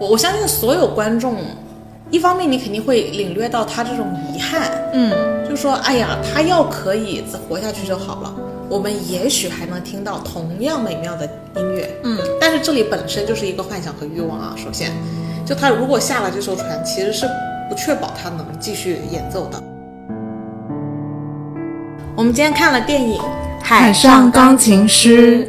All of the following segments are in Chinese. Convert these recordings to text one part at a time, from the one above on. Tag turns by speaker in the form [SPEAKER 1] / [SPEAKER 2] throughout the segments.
[SPEAKER 1] 我我相信所有观众，一方面你肯定会领略到他这种遗憾，
[SPEAKER 2] 嗯，
[SPEAKER 1] 就说哎呀，他要可以活下去就好了，我们也许还能听到同样美妙的音乐，
[SPEAKER 2] 嗯，
[SPEAKER 1] 但是这里本身就是一个幻想和欲望啊。首先，就他如果下了这艘船，其实是不确保他能继续演奏的。我们今天看了电影《。
[SPEAKER 2] 海上钢琴师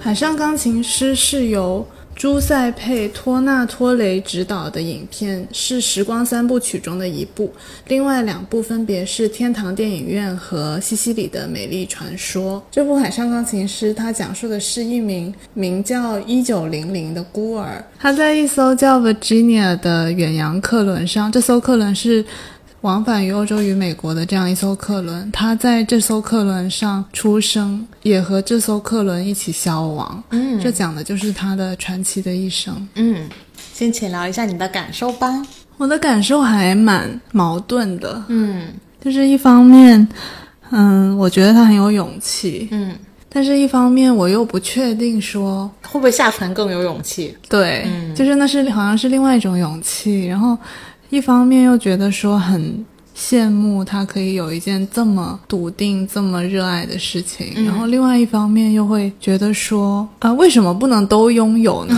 [SPEAKER 3] 《海上钢琴师》是由朱塞佩·托纳托雷执导的影片，是《时光三部曲》中的一部。另外两部分别是《天堂电影院》和《西西里的美丽传说》。这部《海上钢琴师》它讲述的是一名名叫一九零零的孤儿，他在一艘叫 Virginia 的远洋客轮上，这艘客轮是往返于欧洲与美国的这样一艘客轮，他在这艘客轮上出生，也和这艘客轮一起消亡。嗯，这讲的就是他的传奇的一生。
[SPEAKER 1] 嗯，先浅聊一下你的感受吧。
[SPEAKER 3] 我的感受还蛮矛盾的，
[SPEAKER 1] 嗯
[SPEAKER 3] 就是一方面，嗯，我觉得他很有勇气，
[SPEAKER 1] 嗯，
[SPEAKER 3] 但是一方面我又不确定说
[SPEAKER 1] 会不会下船更有勇气？
[SPEAKER 3] 对，就是那是好像是另外一种勇气，然后一方面又觉得说很羡慕他可以有一件这么笃定、这么热爱的事情，然后另外一方面又会觉得说啊，为什么不能都拥有呢？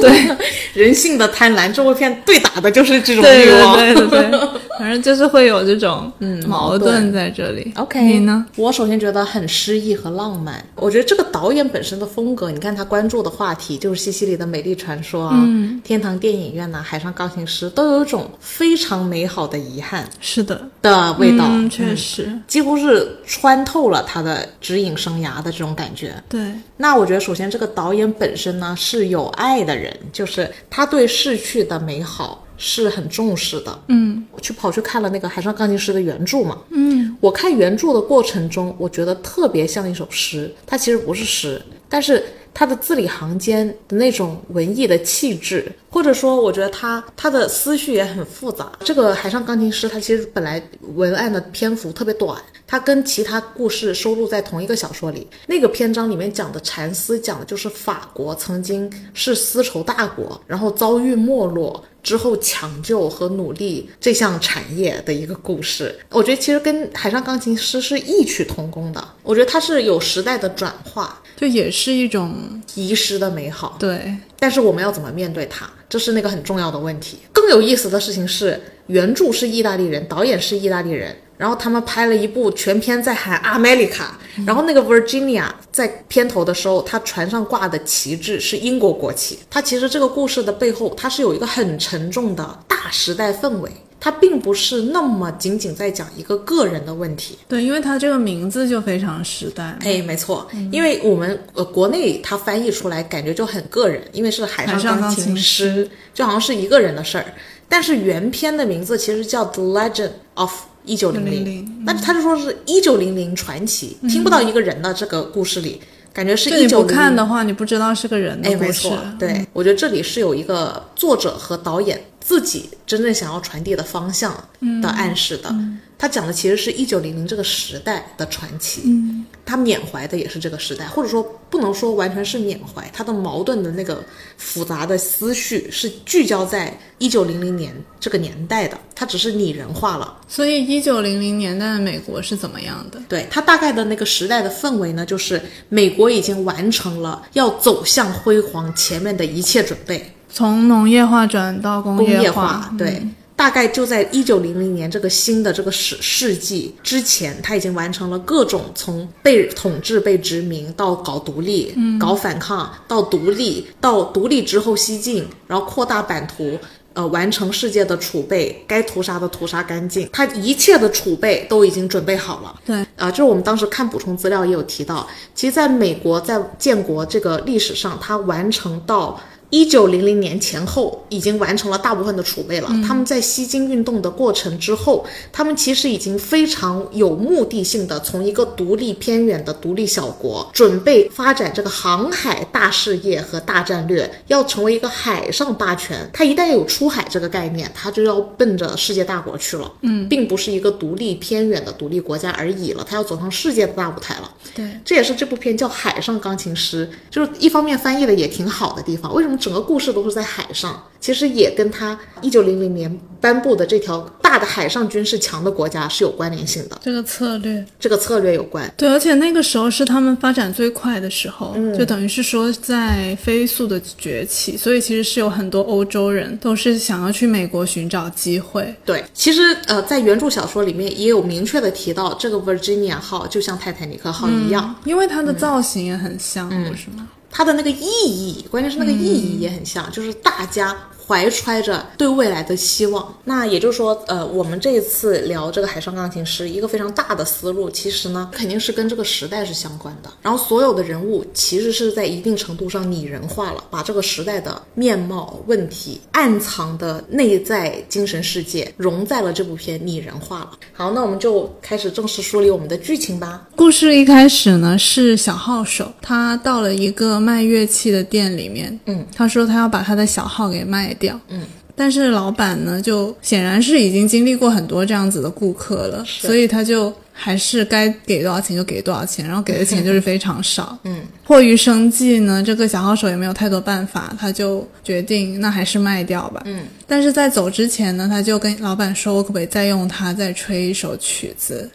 [SPEAKER 3] 对，
[SPEAKER 1] 人性的贪婪，这部片对打的就是这种
[SPEAKER 3] 对
[SPEAKER 1] 欲望。
[SPEAKER 3] 对对 对对， 反正就是会有这种嗯矛
[SPEAKER 1] 盾
[SPEAKER 3] 盾在这里。
[SPEAKER 1] OK，
[SPEAKER 3] 你呢？？
[SPEAKER 1] 我首先觉得很诗意和浪漫。我觉得这个导演本身的风格，你看他关注的话题就是西西里的美丽传说啊，天堂电影院呐、海上钢琴师，都有一种非常美好的遗憾
[SPEAKER 3] 是的，
[SPEAKER 1] 的味道，
[SPEAKER 3] 嗯，确实，
[SPEAKER 1] 几乎是穿透了他的指引生涯的这种感觉。
[SPEAKER 3] 对，
[SPEAKER 1] 那我觉得，首先这个导演本身呢是有爱的人，就是他对逝去的美好是很重视的。
[SPEAKER 3] 嗯
[SPEAKER 1] 我去跑去看了那个《海上钢琴师》的原著嘛，
[SPEAKER 3] 嗯，
[SPEAKER 1] 我看原著的过程中，我觉得特别像一首诗，它其实不是诗，但是它的字里行间的那种文艺的气质，或者说，我觉得他他的思绪也很复杂。这个《海上钢琴师》它其实本来文案的篇幅特别短，它跟其他故事收录在同一个小说里。那个篇章里面讲的禅思，讲的就是法国曾经是丝绸大国，然后遭遇没落，之后抢救和努力这项产业的一个故事。我觉得其实跟《海上钢琴师》是异曲同工的。我觉得它是有时代的转化，
[SPEAKER 3] 就也是一种
[SPEAKER 1] 遗失的美好，
[SPEAKER 3] 对，
[SPEAKER 1] 但是我们要怎么面对它，这是那个很重要的问题。更有意思的事情是，原著是意大利人，导演是意大利人。然后他们拍了一部全片在喊 America，然后那个 Virginia 在片头的时候，她船上挂的旗帜是英国国旗。它其实这个故事的背后，它是有一个很沉重的大时代氛围，它并不是那么仅仅在讲一个个人的问题，
[SPEAKER 3] 对，因为他这个名字就非常时代嘛，
[SPEAKER 1] 哎，没错，
[SPEAKER 3] 嗯
[SPEAKER 1] 因为我们呃国内它翻译出来感觉就很个人，因为是海
[SPEAKER 3] 海上
[SPEAKER 1] 上钢
[SPEAKER 3] 钢琴
[SPEAKER 1] 琴师，就好像是一个人的事儿。但是原片的名字其实叫《The Legend of 一九零
[SPEAKER 3] 1900
[SPEAKER 1] 零》，那他就说是一九零零传奇，听不到一个人的这个故事里，感觉是
[SPEAKER 3] 嗯就
[SPEAKER 1] 一
[SPEAKER 3] 你
[SPEAKER 1] 九
[SPEAKER 3] 不
[SPEAKER 1] 零
[SPEAKER 3] 看
[SPEAKER 1] 零。
[SPEAKER 3] 的话，你不知道是个人的
[SPEAKER 1] 哎，
[SPEAKER 3] 故
[SPEAKER 1] 没
[SPEAKER 3] 事
[SPEAKER 1] 错。，对，我觉得这里是有一个作者和导演自己真正想要传递的方向的暗示的。他讲的其实是一九零零这个时代的传奇，嗯，他缅怀的也是这个时代，或者说不能说完全是缅怀，他的矛盾的那个复杂的思绪是聚焦在一九零零年这个年代的，他只是拟人化了。
[SPEAKER 3] 所以一九零零年代的美国是怎么样的？
[SPEAKER 1] 对它大概的那个时代的氛围呢，就是美国已经完成了要走向辉煌前面的一切准备，
[SPEAKER 3] 从农业化转到工
[SPEAKER 1] 工
[SPEAKER 3] 业
[SPEAKER 1] 业
[SPEAKER 3] 化，嗯
[SPEAKER 1] 化，对。大概就在一九零零年这个新的这个世世纪之前，他已经完成了各种从被统治、被殖民到搞独立、搞反抗，到独立，到独立之后西进，然后扩大版图，呃，完成世界的储备，该屠杀的屠杀干净，他一切的储备都已经准备好了。
[SPEAKER 3] 对，
[SPEAKER 1] 啊，就是我们当时看补充资料也有提到，其实在美国在建国这个历史上，它完成到一九零零年前后已经完成了大部分的储备了。他们在西京运动的过程之后，他们其实已经非常有目的性的从一个独立偏远的独立小国，准备发展这个航海大事业和大战略，要成为一个海上霸权。它一旦有出海这个概念，它就要奔着世界大国去了。嗯，并不是一个独立偏远的独立国家而已了，它要走上世界的大舞台了。
[SPEAKER 3] 对，
[SPEAKER 1] 这也是这部片叫《海上钢琴师》，就是一方面翻译的也挺好的地方。为什么整个故事都是在海上，其实也跟他一九零零年颁布的这条大的海上军事墙的国家是有关联性的，
[SPEAKER 3] 这个策略。
[SPEAKER 1] 这个策略有关。
[SPEAKER 3] 对，而且那个时候是他们发展最快的时候，
[SPEAKER 1] 嗯
[SPEAKER 3] 就等于是说在飞速的崛起，所以其实是有很多欧洲人都是想要去美国寻找机会。
[SPEAKER 1] 对，其实呃，在原著小说里面也有明确的提到，这个 Virginia 号就像泰坦尼克号一样，
[SPEAKER 3] 因为
[SPEAKER 1] 嗯
[SPEAKER 3] 它的造型也很像，不是吗？
[SPEAKER 1] 它的那个意义，关键是那个意义也很像，就是大家怀揣着对未来的希望。那也就是说，呃，我们这一次聊这个海上钢琴师，一个非常大的思路，其实呢，肯定是跟这个时代是相关的。然后所有的人物其实是在一定程度上拟人化了，把这个时代的面貌、问题、暗藏的内在精神世界融在了这部片拟人化了。好，那我们就开始正式梳理我们的剧情吧。
[SPEAKER 3] 故事一开始呢是小号手，他到了一个卖乐器的店里面，
[SPEAKER 1] 嗯，
[SPEAKER 3] 他说他要把他的小号给卖掉，
[SPEAKER 1] 嗯。
[SPEAKER 3] 但是老板呢，就显然是已经经历过很多这样子的顾客了，所以他就还是该给多少钱就给多少钱，然后给的钱就是非常少。
[SPEAKER 1] 嗯，
[SPEAKER 3] 迫于生计呢，这个小号手也没有太多办法，他就决定那还是卖掉吧。
[SPEAKER 1] 嗯，
[SPEAKER 3] 但是在走之前呢，他就跟老板说，我可不可以再用它再吹一首曲子？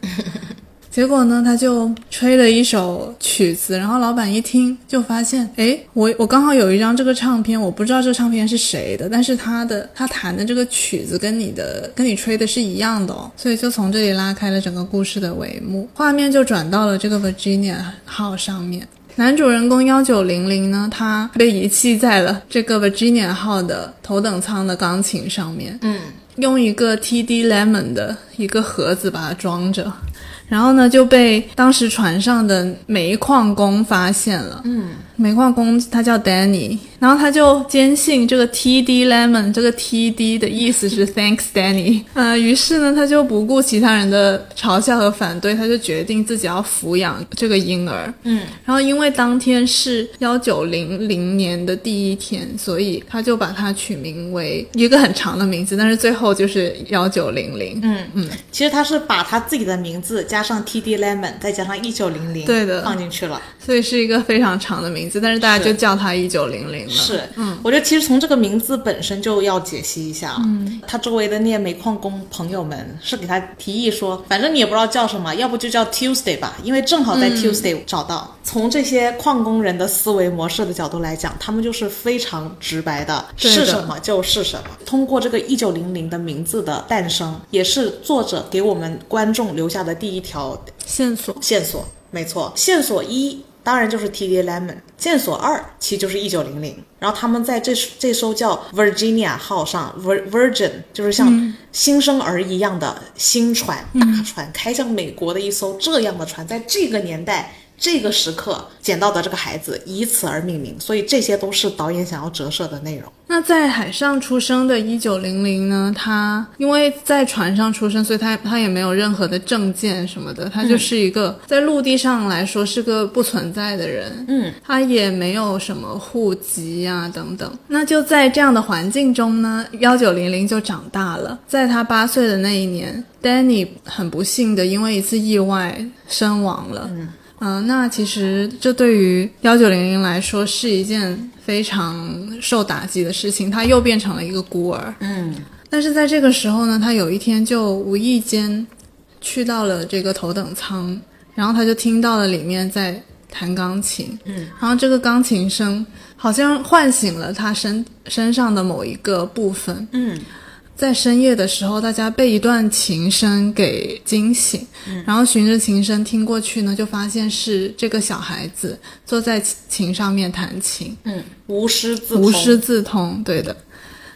[SPEAKER 3] 结果呢，他就吹了一首曲子，然后老板一听就发现，哎，我我刚好有一张这个唱片，我不知道这唱片是谁的，但是他的他弹的这个曲子跟你的跟你吹的是一样的哦，所以就从这里拉开了整个故事的帷幕，画面就转到了这个 Virginia 号上面。男主人公幺九零零呢，他被遗弃在了这个 Virginia 号的头等舱的钢琴上面，嗯，用一个 TD Lemon 的一个盒子把它装着，然后呢就被当时船上的煤矿工发现了，嗯，煤矿工他叫 Danny，然后他就坚信这个 TD Lemon 这个 TD 的意思是 Thanks Danny，呃，于是呢他就不顾其他人的嘲笑和反对，他就决定自己要抚养这个婴儿，然后因为当天是幺九零零年的第一天，所以他就把它取名为一个很长的名字，但是最后就是幺九零零。嗯，
[SPEAKER 1] 其实他是把他自己的名字加上 T D Lemon，再加上一九零零，
[SPEAKER 3] 对的
[SPEAKER 1] 放进去了。
[SPEAKER 3] 所以是一个非常长的名字，但是大家
[SPEAKER 1] 是
[SPEAKER 3] 就叫它一九零零了。
[SPEAKER 1] 是，嗯，我觉得其实从这个名字本身就要解析一下，嗯，他周围的那些煤矿工朋友们是给他提议说，反正你也不知道叫什么，要不就叫 Tuesday 吧，因为正好
[SPEAKER 3] 嗯
[SPEAKER 1] 在 Tuesday 找到。从这些矿工人的思维模式的角度来讲，他们就是非常直白的，
[SPEAKER 3] 对
[SPEAKER 1] 是
[SPEAKER 3] 的
[SPEAKER 1] 什么就是什么。通过这个一九零零的名字的诞生，也是作者给我们观众留下的第一条
[SPEAKER 3] 线索。
[SPEAKER 1] 线索，没错，线索一当然就是 T D Lemon，线索二其实就是一九零零。然后他们在这这艘叫 Virginia 号上，Vir Virgin 就是
[SPEAKER 3] 嗯
[SPEAKER 1] 像新生儿一样的新船、大船，开向美国的一艘这样的船，在这个年代。这个时刻捡到的这个孩子，以此而命名，所以这些都是导演想要折射的内容。
[SPEAKER 3] 那在海上出生的1900呢，他因为在船上出生，所以他他也没有任何的证件什么的，他就是一个、在陆地上来说是个不存在的人，
[SPEAKER 1] 嗯，
[SPEAKER 3] 他也没有什么户籍呀、等等。那就在这样的环境中呢，1900就长大了，在他八岁的那一年，Danny 很不幸的因为一次意外身亡了，嗯。嗯，那其实这对于幺九零零来说是一件非常受打击的事情，他又变成了一个孤儿。
[SPEAKER 1] 嗯，
[SPEAKER 3] 但是在这个时候呢，他有一天就无意间去到了这个头等舱，然后他就听到了里面在弹钢琴，嗯，然后这个钢琴声好像唤醒了他身身上的某一个部分，
[SPEAKER 1] 嗯，
[SPEAKER 3] 在深夜的时候，大家被一段琴声给惊醒，然后循着琴声听过去呢，就发现是这个小孩子坐在琴琴上面弹琴，
[SPEAKER 1] 嗯，无师自通
[SPEAKER 3] 无师自通，对的。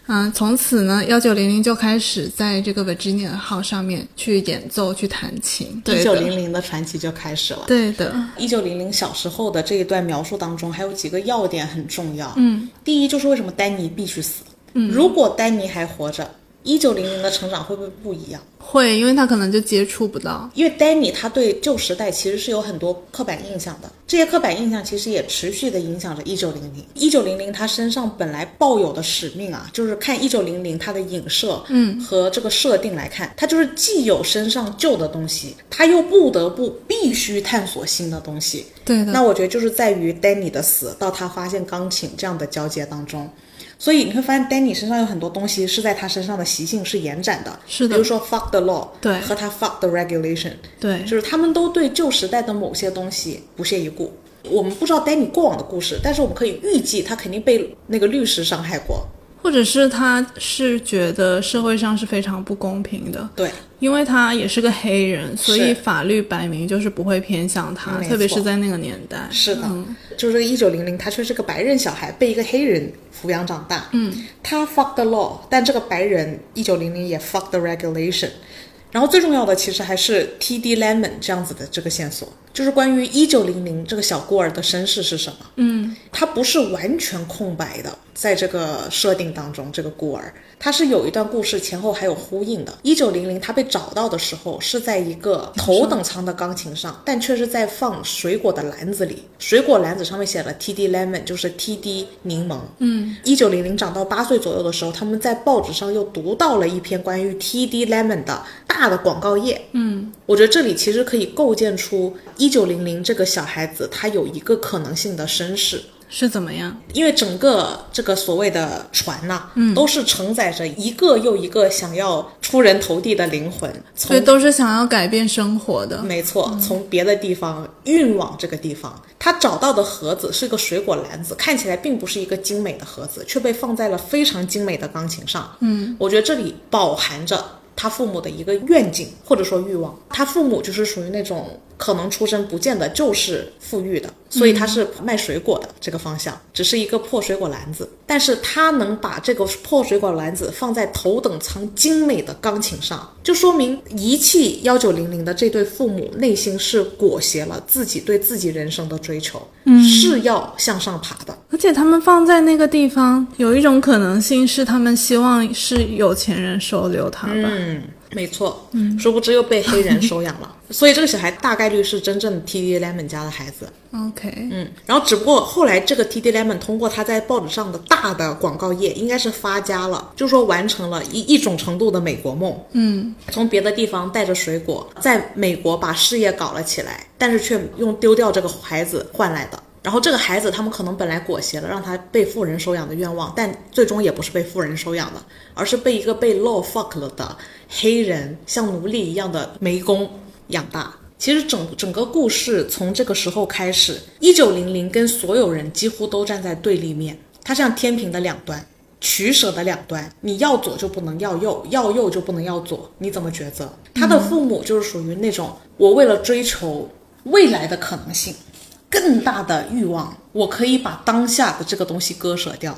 [SPEAKER 3] 嗯，从此呢，幺九零零就开始在这个 Virginia 号上面去演奏、去弹琴。对
[SPEAKER 1] 一
[SPEAKER 3] 的
[SPEAKER 1] 九零零的传奇就开始了。
[SPEAKER 3] 对的，
[SPEAKER 1] 一九零零小时候的这一段描述当中，还有几个要点很重要。嗯，第一就是为什么丹尼必须死。嗯，如果丹尼还活着，一九零零的成长会不会不一样？
[SPEAKER 3] 会，因为他可能就接触不到。
[SPEAKER 1] 因为 Danny 他对旧时代其实是有很多刻板印象的，这些刻板印象其实也持续的影响着一九零零。一九零零他身上本来抱有的使命啊，就是看一九零零他的影射，嗯，和这个设定来看，他就是既有身上旧的东西，他又不得不必须探索新的东西。
[SPEAKER 3] 对的，
[SPEAKER 1] 那我觉得就是在于 Danny 的死到他发现钢琴这样的交接当中，所以你会发现 Danny 身上有很多东西是在他身上的习性是延展的，
[SPEAKER 3] 是
[SPEAKER 1] 比
[SPEAKER 3] 的
[SPEAKER 1] 如说 fuck the law，
[SPEAKER 3] 对
[SPEAKER 1] 和他 fuck the regulation，
[SPEAKER 3] 对
[SPEAKER 1] 就是他们都对旧时代的某些东西不屑一顾。我们不知道 Danny 过往的故事，但是我们可以预计他肯定被那个律师伤害过，
[SPEAKER 3] 或者是他是觉得社会上是非常不公平的，
[SPEAKER 1] 对，
[SPEAKER 3] 因为他也是个黑人，所以
[SPEAKER 1] 是
[SPEAKER 3] 法律摆明就是不会偏向他，
[SPEAKER 1] 没错
[SPEAKER 3] 特别是在那个年代。
[SPEAKER 1] 是的，就是一九零零，他却是个白人小孩，被一个黑人抚养长大。嗯，他 fuck the law，但这个白人一九零零也 fuck the regulation。然后最重要的其实还是 T D Lemon 这样子的这个线索，就是关于一九零零这个小孤儿的身世是什么。嗯，他不是完全空白的，在这个设定当中，这个孤儿他是有一段故事前后还有呼应的。一九零零他被找到的时候嗯是在一个头等舱的钢琴上，但却是在放水果的篮子里，水果篮子上面写了 T D lemon，就是 T D 柠檬。嗯，一九零零长到八岁左右的时候，他们在报纸上又读到了一篇关于 T D lemon 的大的广告页。嗯，我觉得这里其实可以构建出一九零零这个小孩子他有一个可能性的身世。
[SPEAKER 3] 是怎么样？
[SPEAKER 1] 因为整个这个所谓的船呐、嗯，都是承载着一个又一个想要出人头地的嗯灵魂，
[SPEAKER 3] 所以
[SPEAKER 1] 从
[SPEAKER 3] 都是想要改变生活的。
[SPEAKER 1] 没错，从别的地方运往这个地方。他找到的盒子是个水果篮子，看起来并不是一个精美的盒子，却被放在了非常精美的钢琴上。嗯，我觉得这里饱含着他父母的一个愿景或者说欲望。他父母就是属于那种可能出身不见得就是富裕的，所以他是卖水果的这个方向，只是一个破水果篮子。但是他能把这个破水果篮子放在头等舱精美的钢琴上，就说明遗弃幺九零零的这对父母内心是裹挟了自己对自己人生的追求，是要向上爬的。
[SPEAKER 3] 而且他们放在那个地方，有一种可能性是他们希望是有钱人收留他吧。
[SPEAKER 1] 嗯，没错，嗯，殊不知又被黑人收养了，所以这个小孩大概率是真正的 T D Lemon 家的孩子。
[SPEAKER 3] OK，
[SPEAKER 1] 嗯，然后只不过后来这个 T D Lemon 通过他在报纸上的大的广告页，应该是发家了，就说完成了一一种程度的美国梦。嗯，从别的地方带着水果，在美国把事业搞了起来，但是却用丢掉这个孩子换来的。然后这个孩子，他们可能本来裹挟了让他被富人收养的愿望，但最终也不是被富人收养的，而是被一个被 law fuck 了的黑人像奴隶一样的梅公养大。其实整整个故事从这个时候开始，一九零零跟所有人几乎都站在对立面，它像天平的两端，取舍的两端，你要左就不能要右，要右就不能要左，你怎么抉择？他的父母就是属于那种，我为了追求未来的可能性，更大的欲望，我可以把当下的这个东西割舍掉。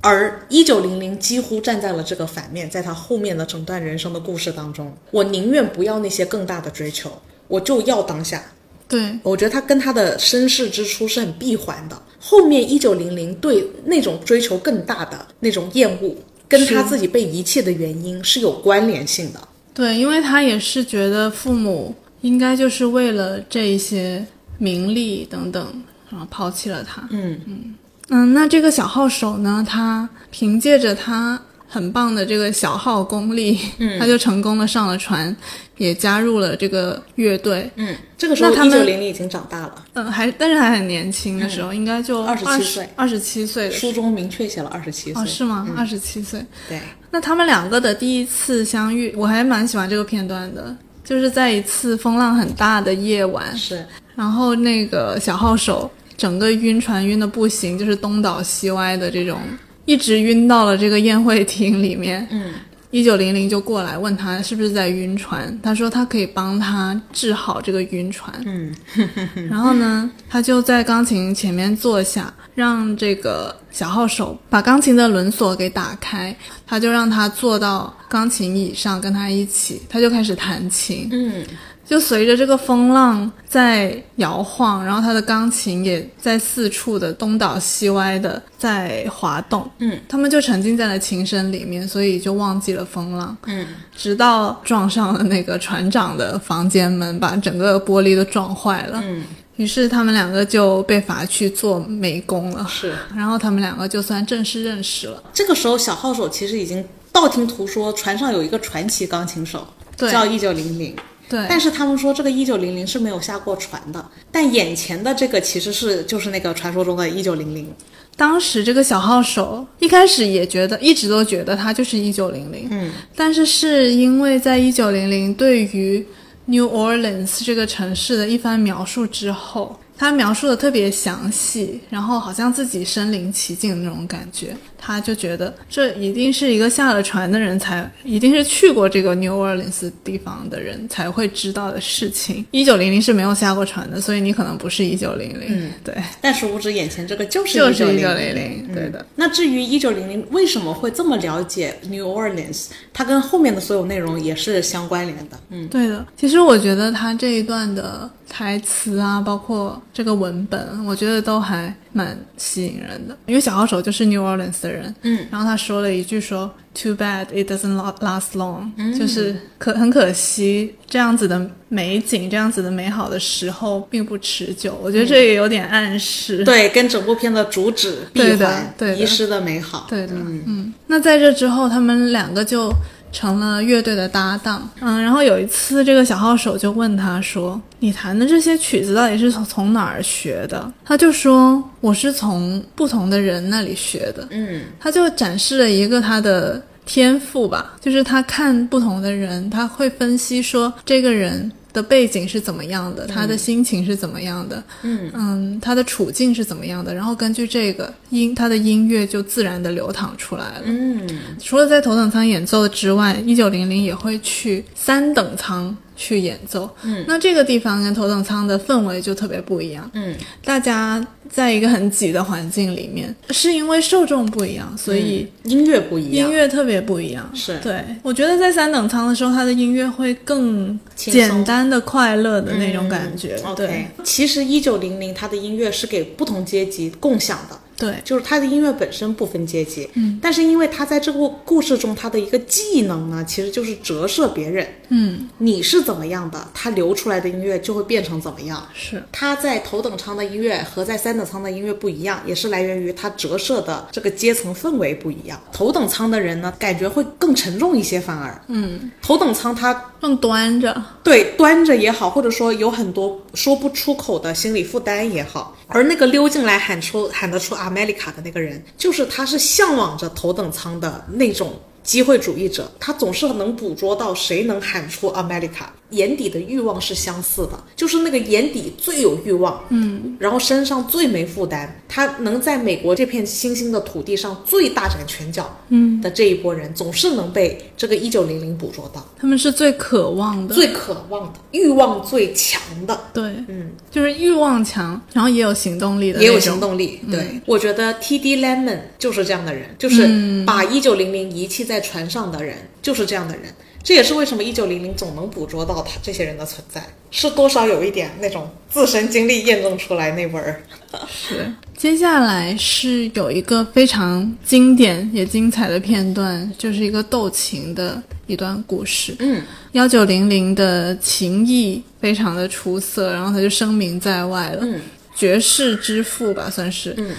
[SPEAKER 1] 而一九零零几乎站在了这个反面，在他后面的整段人生的故事当中，我宁愿不要那些更大的追求，我就要当下。
[SPEAKER 3] 对，
[SPEAKER 1] 我觉得他跟他的身世之初是很闭环的。后面一九零零对那种追求更大的那种厌恶，跟他自己被遗弃的原因是有关联性的。
[SPEAKER 3] 对，因为他也是觉得父母应该就是为了这一些名利等等，然后抛弃了他。嗯嗯，那这个小号手呢，他凭借着他很棒的这个小号功力，嗯、他就成功的上了船，也加入了这个乐队。嗯
[SPEAKER 1] 嗯，这个时候
[SPEAKER 3] 那他
[SPEAKER 1] 一
[SPEAKER 3] 们
[SPEAKER 1] 九零零已经长大了，
[SPEAKER 3] 呃还但是还很年轻
[SPEAKER 1] 嗯
[SPEAKER 3] 的时候，应该就
[SPEAKER 1] 27岁
[SPEAKER 3] 二十七岁的时
[SPEAKER 1] 书中明确写了二十七
[SPEAKER 3] 候
[SPEAKER 1] 岁。嗯
[SPEAKER 3] 哦，是吗？二十七岁，
[SPEAKER 1] 对，
[SPEAKER 3] 那他们两个的第一次相遇，我还蛮喜欢这个片段的，就是在一次风浪很大的夜晚，
[SPEAKER 1] 是
[SPEAKER 3] 然后那个小号手整个晕船晕的不行，就是东倒西歪的这种，一直晕到了这个宴会厅里面。嗯，一九零零就过来问他是不是在晕船，他说他可以帮他治好这个晕船。嗯， 然后呢，他就在钢琴前面坐下，让这个小号手把钢琴的轮锁给打开，他就让他坐到钢琴椅上跟他一起，他就开始弹琴。嗯。就随着这个风浪在摇晃，然后他的钢琴也在四处的东倒西歪的在滑动，
[SPEAKER 1] 嗯，
[SPEAKER 3] 他们就沉浸在了琴声里面，所以就忘记了风浪，
[SPEAKER 1] 嗯，
[SPEAKER 3] 直到撞上了那个船长的房间门，把整个玻璃都撞坏了，
[SPEAKER 1] 嗯，
[SPEAKER 3] 于是他们两个就被罚去做美工了，
[SPEAKER 4] 是。
[SPEAKER 3] 然后他们两个就算正式认识了，
[SPEAKER 1] 这个时候，小号手其实已经道听途说，船上有一个传奇钢琴手，
[SPEAKER 3] 对
[SPEAKER 1] 叫一九零零。
[SPEAKER 3] 对，
[SPEAKER 1] 但是他们说这个一九零零是没有下过船的，但眼前的这个其实是就是那个传说中的一九零零。
[SPEAKER 3] 当时这个小号手一开始也觉得，一直都觉得他就是一九零零，
[SPEAKER 1] 嗯，
[SPEAKER 3] 但是是因为在一九零零对于 New Orleans 这个城市的一番描述之后，他描述的特别详细，然后好像自己身临其境的那种感觉，他就觉得这一定是一个下了船的人才，一定是去过这个 New Orleans 地方的人才会知道的事情。一九零零是没有下过船的，所以你可能不是一九零零，对。
[SPEAKER 1] 但殊不知眼前这个嗯就是
[SPEAKER 3] 就是
[SPEAKER 1] 1900
[SPEAKER 3] 1900对的
[SPEAKER 1] 嗯那至于一九零零为什么会这么了解 New Orleans，它跟后面的所有内容也是相关联的。嗯，
[SPEAKER 3] 对的，其实我觉得他这一段的台词啊，包括这个文本，我觉得都还蛮吸引人的。因为小号手就是 New Orleans 的人，
[SPEAKER 1] 嗯，
[SPEAKER 3] 然后他说了一句说 “Too bad it doesn't la- last long”，、就是
[SPEAKER 1] 嗯
[SPEAKER 3] 可很可惜，这样子的美景，这样子的美好的时候并不持久。我觉得这也有点暗示，
[SPEAKER 1] 对，跟整部片的主旨闭
[SPEAKER 3] 对的
[SPEAKER 1] 环
[SPEAKER 3] 对的
[SPEAKER 1] 遗失的美好。
[SPEAKER 3] 对的，嗯。那在这之后，他们两个就成了乐队的搭档。嗯，然后有一次，这个小号手就问他说：“你弹的这些曲子到底是从从哪儿学的？”他就说：“我是从不同的人那里学的。”
[SPEAKER 1] 嗯
[SPEAKER 3] 他就展示了一个他的天赋吧，就是他看不同的人，他会分析说这个人的背景是怎么样的，他的心情是怎么样的，
[SPEAKER 1] 嗯
[SPEAKER 3] 嗯，他的处境是怎么样的，然后根据这个音，他的音乐就自然的流淌出来了。
[SPEAKER 1] 嗯，
[SPEAKER 3] 除了在头等舱演奏之外，一九零零也会去三等舱去演奏。
[SPEAKER 1] 嗯，
[SPEAKER 3] 那这个地方跟头等舱的氛围就特别不一样。
[SPEAKER 1] 嗯，
[SPEAKER 3] 大家在一个很挤的环境里面，是因为受众不一样，所以
[SPEAKER 1] 音乐不一嗯样，
[SPEAKER 3] 嗯音乐特别不一样。
[SPEAKER 1] 是
[SPEAKER 3] 对，我觉得在三等舱的时候，他的音乐会更
[SPEAKER 1] 轻松嗯
[SPEAKER 3] 简单的、快乐的那种感觉。对
[SPEAKER 1] OK，其实一九零零它的音乐是给不同阶级共享的，
[SPEAKER 3] 对，
[SPEAKER 1] 就是他的音乐本身不分阶级，嗯，但是因为他在这个故事中他的一个技能呢，其实就是折射别人，
[SPEAKER 3] 嗯，
[SPEAKER 1] 你是怎么样的，他流出来的音乐就会变成怎么样。
[SPEAKER 3] 是。
[SPEAKER 1] 他在头等舱的音乐和在三等舱的音乐不一样，也是来源于它折射的这个阶层氛围不一样。头等舱的人呢，感觉会更沉重一些，反而，
[SPEAKER 3] 嗯，
[SPEAKER 1] 头等舱他
[SPEAKER 3] 更端着，
[SPEAKER 1] 对，端着也好，或者说有很多说不出口的心理负担也好，而那个溜进来喊出喊得出 America 的那个人，就是他是向往着头等舱的那种机会主义者，他总是能捕捉到谁能喊出 America，眼底的欲望是相似的，就是那个眼底最有欲望，嗯，然后身上最没负担，他能在美国这片新兴的土地上最大展拳脚，嗯的这一波人，总是能被这个一九零零捕捉到。
[SPEAKER 3] 他们是最渴望的，
[SPEAKER 1] 最渴望的、欲望最强的，
[SPEAKER 3] 对，
[SPEAKER 1] 嗯，
[SPEAKER 3] 就是欲望强，然后也有行动力的，
[SPEAKER 1] 也有行。动力。对、我觉得 T D Lemon 就是这样的人，就是把一九零零遗弃在船上的人，就是这样的人。这也是为什么一九零零总能捕捉到他这些人的存在，是多少有一点那种自身经历验证出来那味儿。
[SPEAKER 3] 是。接下来是有一个非常经典也精彩的片段，就是一个斗琴的一段故事。
[SPEAKER 1] 嗯，
[SPEAKER 3] 幺九零零的琴艺非常的出色，然后他就声名在外了。
[SPEAKER 1] 嗯，
[SPEAKER 3] 爵士之父吧，算是。嗯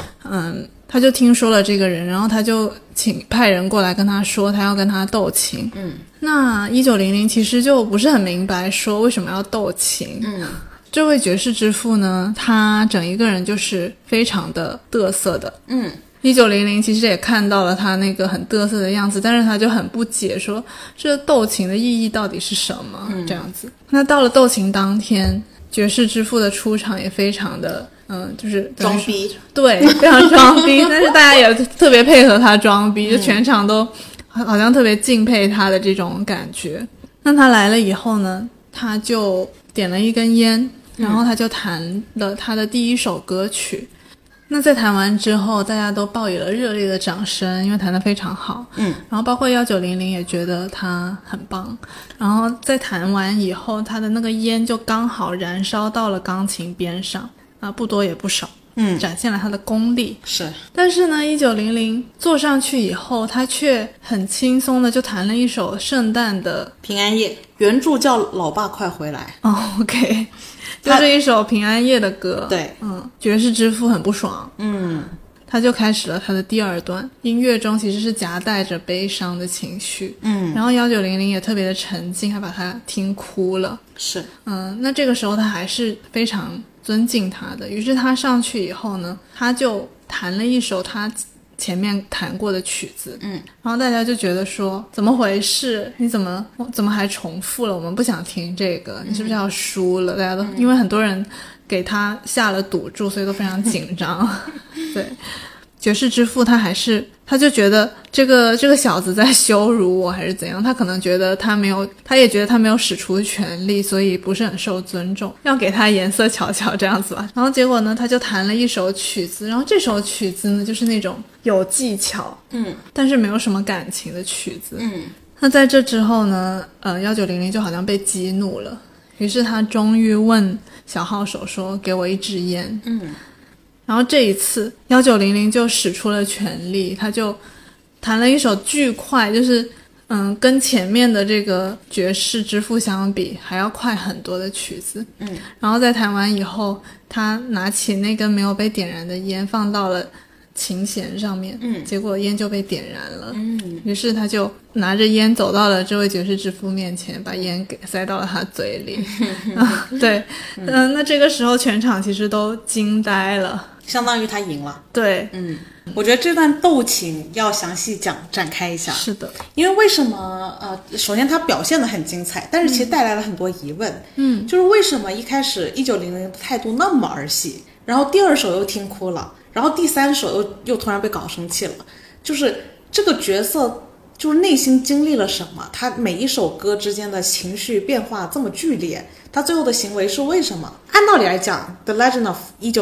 [SPEAKER 3] 他就听说了这个人，然后他就请派人过来跟他说，他要跟他斗琴。嗯，那一九零零其实就不是很明白说为什么要斗琴。嗯。这位爵士之父呢，他整一个人就是非常的嘚瑟的。
[SPEAKER 1] 嗯，
[SPEAKER 3] 一九零零其实也看到了他那个很嘚瑟的样子，但是他就很不解说，这斗琴的意义到底是什么？
[SPEAKER 1] 嗯
[SPEAKER 3] 这样子。那到了斗琴当天，爵士之父的出场也非常的，嗯，就是
[SPEAKER 1] 装，逼，
[SPEAKER 3] 对，非常装逼。但是大家也特别配合他装逼，就全场都好好像特别敬佩他的这种感觉。那他来了以后呢，他就点了一根烟，然后他就弹了他的第一首歌曲。那在谈完之后，大家都报以了热烈的掌声，因为弹得非常好。嗯，然后包括幺九零零也觉得他很棒。然后在弹完以后，他的那个烟就刚好燃烧到了钢琴边上，啊，不多也不少。嗯，展现了他的功力。
[SPEAKER 1] 是
[SPEAKER 3] 但是呢，一九零零坐上去以后，他却很轻松的就弹了一首圣诞的
[SPEAKER 1] 平安夜，原著叫《老爸快回来
[SPEAKER 3] 哦，OK，就是 一首平安夜的歌。
[SPEAKER 1] 对
[SPEAKER 3] 嗯，爵士之父很不爽。嗯，他就开始了他的第二段，音乐中其实是夹带着悲伤的情绪。嗯，然后幺九零零也特别的沉静，还把他听哭了。》，
[SPEAKER 1] 是
[SPEAKER 3] 嗯，那这个时候他还是非常尊敬他的。于是他上去以后呢，他就弹了一首他前面弹过的曲子，嗯，然后大家就觉得说怎么回事？你怎么怎么还重复了？我们不想听这个，你是不是要输了？大家都因为很多人给他下了赌注，所以都非常紧张。对，爵士之父他还是他就觉得这个这个小子在羞辱我还是怎样，他可能觉得他没有，他也觉得他没有使出全力，所以不是很受尊重，要给他颜色瞧瞧这样子吧。然后结果呢，他就弹了一首曲子，然后这首曲子呢就是那种有技巧，嗯，但是没有什么感情的曲子，嗯。那在这之后呢，呃，幺九零零就好像被激怒了，于是他终于问小号手说：“给我一支烟。”然后这一次幺九零零就使出了全力，他就弹了一首巨快，就是嗯，跟前面的这个爵士之父相比还要快很多的曲子。嗯，然后在弹完以后，他拿起那根没有被点燃的烟，放到了琴弦上面。嗯，结果烟就被点燃了。嗯，于是他就拿着烟走到了这位爵士之父面前，把烟给塞到了他嘴 里。啊，对，嗯、那这个时候全场其实都惊呆了。
[SPEAKER 1] 相当于他赢了。
[SPEAKER 3] 对，
[SPEAKER 1] 我觉得这段斗情要详细讲展开一下，
[SPEAKER 3] 是的，
[SPEAKER 1] 因为为什么？呃，首先它表现的很精彩，但是其实带来了很多疑问。嗯，就是为什么一开始一九零零的态度那么儿戏，然后第二首又听哭了，然后第三首又又突然被搞生气了，就是这个角色。就是内心经历了什么，他每一首歌之间的情绪变化这么剧烈，他最后的行为是为什么？按道理来讲，《The Legend of 1900》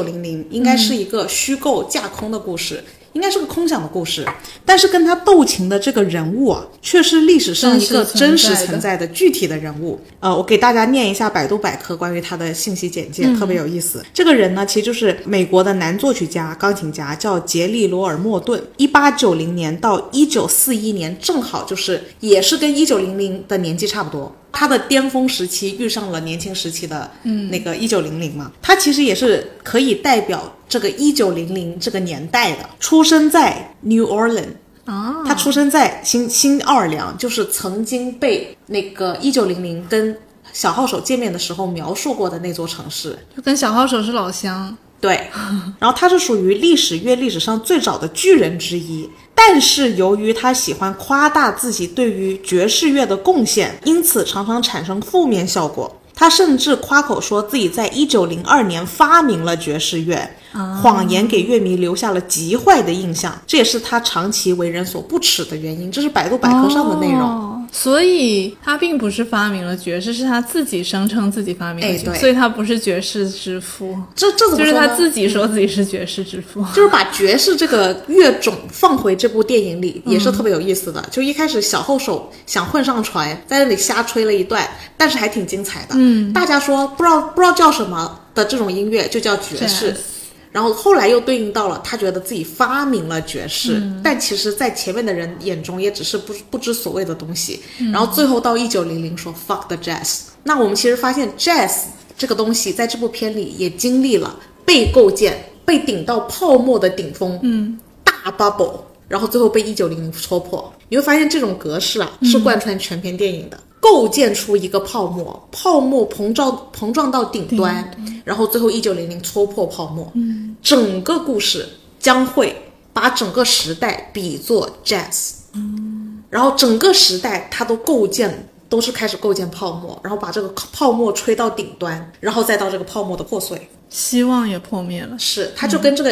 [SPEAKER 1] 应该是一个虚构架空的故事，应该是个空想的故事。但是跟他斗情的这个人物啊，却是历史上一个真
[SPEAKER 3] 真实
[SPEAKER 1] 实
[SPEAKER 3] 存在的
[SPEAKER 1] 存在的具体的人物。呃，我给大家念一下百度百科关于他的信息简介，特别有意思。这个人呢，其实就是美国的男作曲家、钢琴家，叫杰利·罗尔莫顿。一八九零年到一九四一年，正好就是也是跟一九零零的年纪差不多。他的巅峰时期遇上了年轻时期的那个一九零零嘛，他其实也是可以代表这个一九零零这个年代的，出生在 New Orleans，
[SPEAKER 3] 啊，
[SPEAKER 1] 他出生在新新奥尔良，就是曾经被那个一九零零跟小号手见面的时候描述过的那座城市。
[SPEAKER 3] 就跟小号手是老乡，
[SPEAKER 1] 对， 然后他是属于历史乐历史上最早的巨人之一。但是由于他喜欢夸大自己对于爵士乐的贡献，因此常常产生负面效果。他甚至夸口说自己在一九零二年发明了爵士乐，
[SPEAKER 3] 啊
[SPEAKER 1] 谎言给乐迷留下了极坏的印象，这也是他长期为人所不齿的原因。这是百度百科上的内容。
[SPEAKER 3] 哦所以他并不是发明了爵士，是他自己声称自己发明了爵士，
[SPEAKER 1] 哎对
[SPEAKER 3] 所以他不是爵士之父，
[SPEAKER 1] 这这怎
[SPEAKER 3] 就
[SPEAKER 1] 么
[SPEAKER 3] 是
[SPEAKER 1] 说
[SPEAKER 3] 他
[SPEAKER 1] 呢？
[SPEAKER 3] 自己说自己是爵士之父。
[SPEAKER 1] 就是把爵士这个乐种放回这部电影里，也是特别有意思的。就一开始小后手想混上船，在那里瞎吹了一段，但是还挺精彩的。嗯，大家说不知道不知道叫什么的这种音乐就叫爵士
[SPEAKER 3] Jazz。
[SPEAKER 1] 然后后来又对应到了，他觉得自己发明了爵士，但其实，在前面的人眼中也只是不不知所谓的东西。然后最后到一九零零说 fuck the jazz。那我们其实发现 jazz 这个东西在这部片里也经历了被构建、被顶到泡沫的顶峰，嗯，大 bubble，然后最后被一九零零戳破。你会发现这种格式啊，是贯穿全篇电影的。构建出一个泡沫，泡沫膨胀膨胀到顶端，然后最后一九零零戳破泡沫。嗯，整个故事将会把整个时代比作 jazz，然后整个时代它都构建，都是开始构建泡沫，然后把这个泡沫吹到顶端，然后再到这个泡沫的破碎。
[SPEAKER 3] 希望也破灭了，
[SPEAKER 1] 嗯是，它就跟这个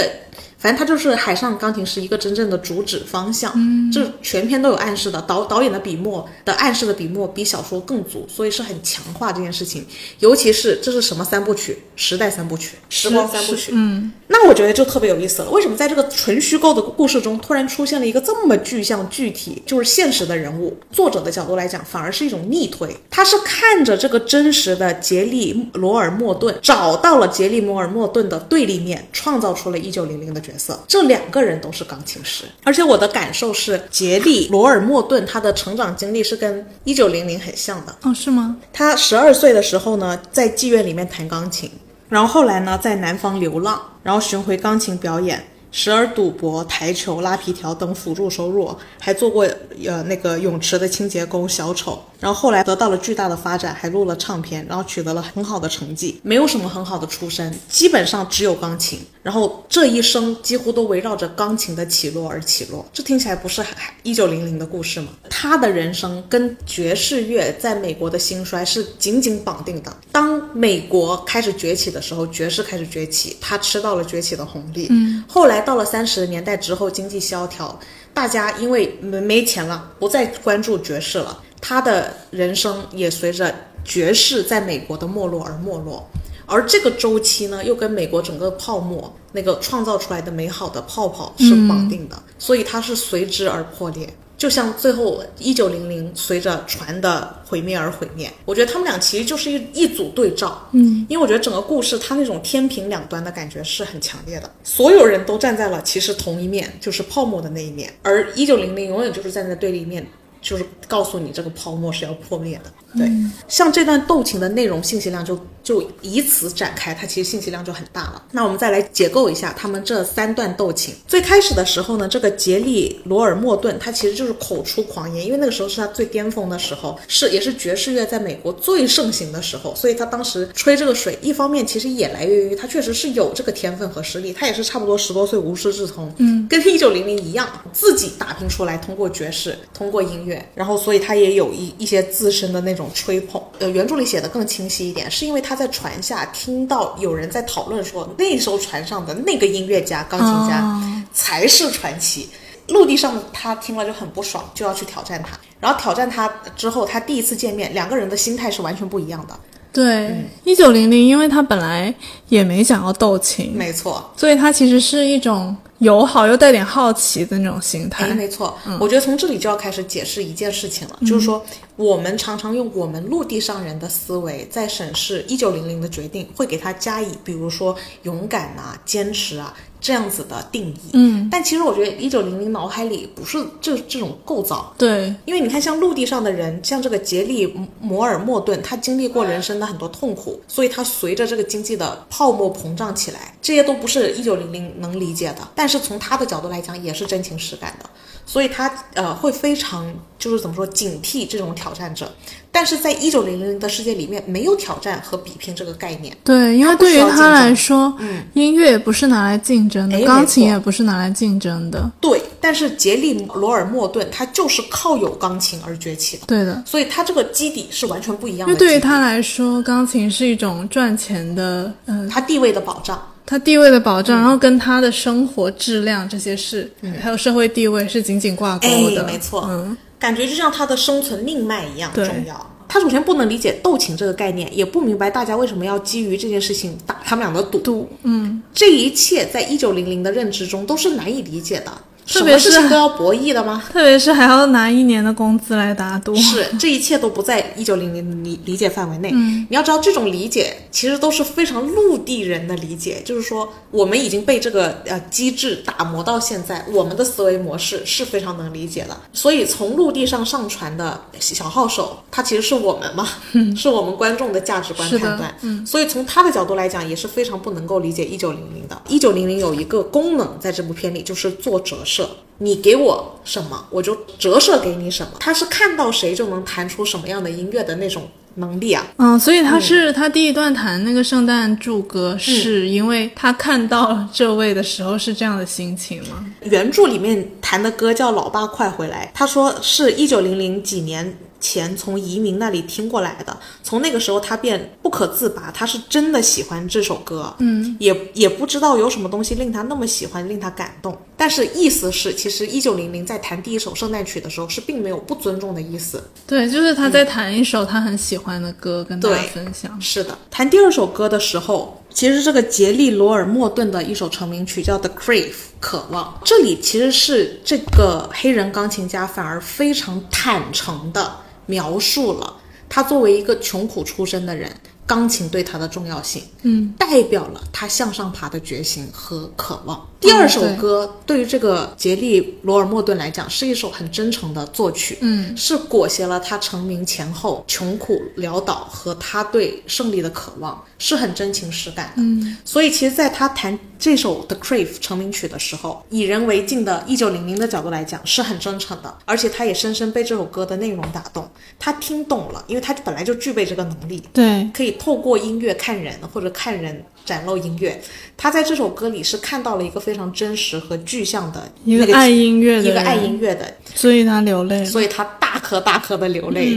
[SPEAKER 1] 反正他就是海上钢琴师一个真正的主旨方向，嗯，这全篇都有暗示的。导导演的笔墨的暗示的笔墨比小说更足，所以是很强化这件事情。尤其是这是什么三部曲？时代三部曲，时光三部曲。嗯，那我觉得就特别有意思了。为什么在这个纯虚构的故事中，突然出现了一个这么具象、具体，就是现实的人物？作者的角度来讲，反而是一种逆推。他是看着这个真实的杰利·罗尔莫顿，找到了杰利·罗尔莫顿的对立面，创造出了一九零零的角色。这两个人都是钢琴师，而且我的感受是，杰利·罗尔莫顿他的成长经历是跟一九零零很像的。
[SPEAKER 3] 哦，是吗？
[SPEAKER 1] 他十二岁的时候呢，在妓院里面弹钢琴，然后后来呢，在南方流浪，然后巡回钢琴表演，时而赌博、台球、拉皮条等辅助收入，还做过呃那个泳池的清洁工、小丑。然后后来得到了巨大的发展，还录了唱片，然后取得了很好的成绩。没有什么很好的出身，基本上只有钢琴。然后这一生几乎都围绕着钢琴的起落而起落。这听起来不是一九零零的故事吗？他的人生跟爵士乐在美国的兴衰是紧紧绑定的。当美国开始崛起的时候，爵士开始崛起，他吃到了崛起的红利。嗯，后来到了三十年代之后，经济萧条，大家因为没没钱了，不再关注爵士了。他的人生也随着爵士在美国的没落而没落，而这个周期呢，又跟美国整个泡沫那个创造出来的美好的泡泡是绑定的，所以它是随之而破裂。就像最后一九零零随着船的毁灭而毁灭，我觉得他们俩其实就是一一组对照，嗯，因为我觉得整个故事它那种天平两端的感觉是很强烈的，所有人都站在了其实同一面，就是泡沫的那一面，而一九零零永远就是站在对立面。就是告诉你这个泡沫是要破灭的，对。像这段斗情的内容信息量就就以此展开，它其实信息量就很大了。那我们再来解构一下他们这三段斗情。最开始的时候呢，这个杰利·罗尔莫顿他其实就是口出狂言，因为那个时候是他最巅峰的时候，是也是爵士乐在美国最盛行的时候，所以他当时吹这个水，一方面其实也来源于他确实是有这个天分和实力，他也是差不多十多岁无师自通，嗯，跟一九零零一样，自己打拼出来，通过爵士，通过音乐。然后，所以他也有一一些自身的那种吹捧。呃，原著里写的更清晰一点，是因为他在船下听到有人在讨论说，那艘船上的那个音乐家、钢琴家才是传奇。陆地上他听了就很不爽，就要去挑战他。然后挑战他之后，他第一次见面，两个人的心态是完全不一样的。嗯
[SPEAKER 3] 对，一九零零，因为他本来也没想要斗琴，
[SPEAKER 1] 没错，
[SPEAKER 3] 所以他其实是一种友好又带点好奇的那种心态。
[SPEAKER 1] 哎，没错，我觉得从这里就要开始解释一件事情了，就是说我们常常用我们陆地上人的思维在审视一九零零的决定，会给他加以比如说勇敢啊、坚持啊。这样子的定义，嗯，但其实我觉得一九零零脑海里不是这这种构造，
[SPEAKER 3] 对，
[SPEAKER 1] 因为你看，像陆地上的人，像这个杰利·摩尔莫顿，他经历过人生的很多痛苦，所以他随着这个经济的泡沫膨胀起来，这些都不是一九零零能理解的。但是从他的角度来讲，也是真情实感的，所以他呃会非常就是怎么说警惕这种挑战者。但是在一九零零的世界里面，没有挑战和比拼这个概念。
[SPEAKER 3] 对，因为对于他来说，
[SPEAKER 1] 嗯，
[SPEAKER 3] 音乐也不是拿来竞争的
[SPEAKER 1] 哎，
[SPEAKER 3] 钢
[SPEAKER 1] 没
[SPEAKER 3] 琴
[SPEAKER 1] 错
[SPEAKER 3] 也不是拿来竞争的。
[SPEAKER 1] 对，但是杰利·罗尔莫顿他就是靠有钢琴而崛起的，
[SPEAKER 3] 对的，
[SPEAKER 1] 所以他这个基底是完全不一样
[SPEAKER 3] 因
[SPEAKER 1] 的基
[SPEAKER 3] 为
[SPEAKER 1] 底。
[SPEAKER 3] 对于他来说，钢琴是一种赚钱的，嗯、
[SPEAKER 1] 他地位的保障，
[SPEAKER 3] 他地位的保障，然后跟他的生活质量这些事，还有社会地位是紧紧挂钩的。
[SPEAKER 1] 没错，
[SPEAKER 3] 嗯，
[SPEAKER 1] 感觉就像他的生存命脉一样
[SPEAKER 3] 对
[SPEAKER 1] 重要。他首先不能理解斗情这个概念，也不明白大家为什么要基于这件事情打他们俩的赌。
[SPEAKER 3] 赌，嗯，
[SPEAKER 1] 这一切在一九零零的认知中都是难以理解的，
[SPEAKER 3] 特别是
[SPEAKER 1] 什么事情都要博弈的吗？
[SPEAKER 3] 特别是还要拿一年的工资来打赌。
[SPEAKER 1] 是，这一切都不在一九零零理理解范围内。嗯，你要知道，这种理解其实都是非常陆地人的理解，就是说我们已经被这个呃机制打磨到现在，我们的思维模式是非常能理解的。所以从陆地上上传的小号手，他其实是我们嘛，是我们观众的价值观
[SPEAKER 3] 是的
[SPEAKER 1] 判断。嗯，所以从他的角度来讲，也是非常不能够理解一九零零的。一九零零有一个功能在这部片里，就是做折射。你给我什么，我就折射给你什么。他是看到谁就能弹出什么样的音乐的那种能力啊。
[SPEAKER 3] 嗯，所以他是、他第一段弹那个圣诞祝歌，是因为他看到这位的时候是这样的心情吗？
[SPEAKER 1] 原著里面弹的歌叫《老爸快回来》，他说是一九零零几年前从移民那里听过来的，从那个时候他便不可自拔，他是真的喜欢这首歌，嗯，也也不知道有什么东西令他那么喜欢，令他感动。但是意思是，其实一九零零在弹第一首圣诞曲的时候，是并没有不尊重的意思。
[SPEAKER 3] 对，就是他在弹一首他很喜欢的歌跟大家
[SPEAKER 1] 对
[SPEAKER 3] 分享。
[SPEAKER 1] 是的，弹第二首歌的时候，其实这个杰利·罗尔·莫顿的一首成名曲叫《The Crave》渴望，这里其实是这个黑人钢琴家反而非常坦诚的描述了他作为一个穷苦出身的人，钢琴对他的重要性，嗯，代表了他向上爬的决心和渴望。第二首
[SPEAKER 3] 对
[SPEAKER 1] 歌嗯对于这个杰利·罗尔·莫顿来讲，是一首很真诚的作曲，
[SPEAKER 3] 嗯，
[SPEAKER 1] 是裹挟了他成名前后穷苦潦倒和他对胜利的渴望，是很真情实感的。嗯，所以其实，在他弹这首《The Crave》成名曲的时候，以人为镜的1900的角度来讲，是很真诚的，而且他也深深被这首歌的内容打动，他听懂了，因为他本来就具备这个能力。
[SPEAKER 3] 对，
[SPEAKER 1] 可以透过音乐看人，或者看人展露音乐。他在这首歌里是看到了一个非常真实和具象的
[SPEAKER 3] 一个
[SPEAKER 1] 那
[SPEAKER 3] 爱音乐的
[SPEAKER 1] 一个爱
[SPEAKER 3] 人
[SPEAKER 1] 音乐的
[SPEAKER 3] 所以他流泪了。
[SPEAKER 1] 所以他大颗大颗的流泪，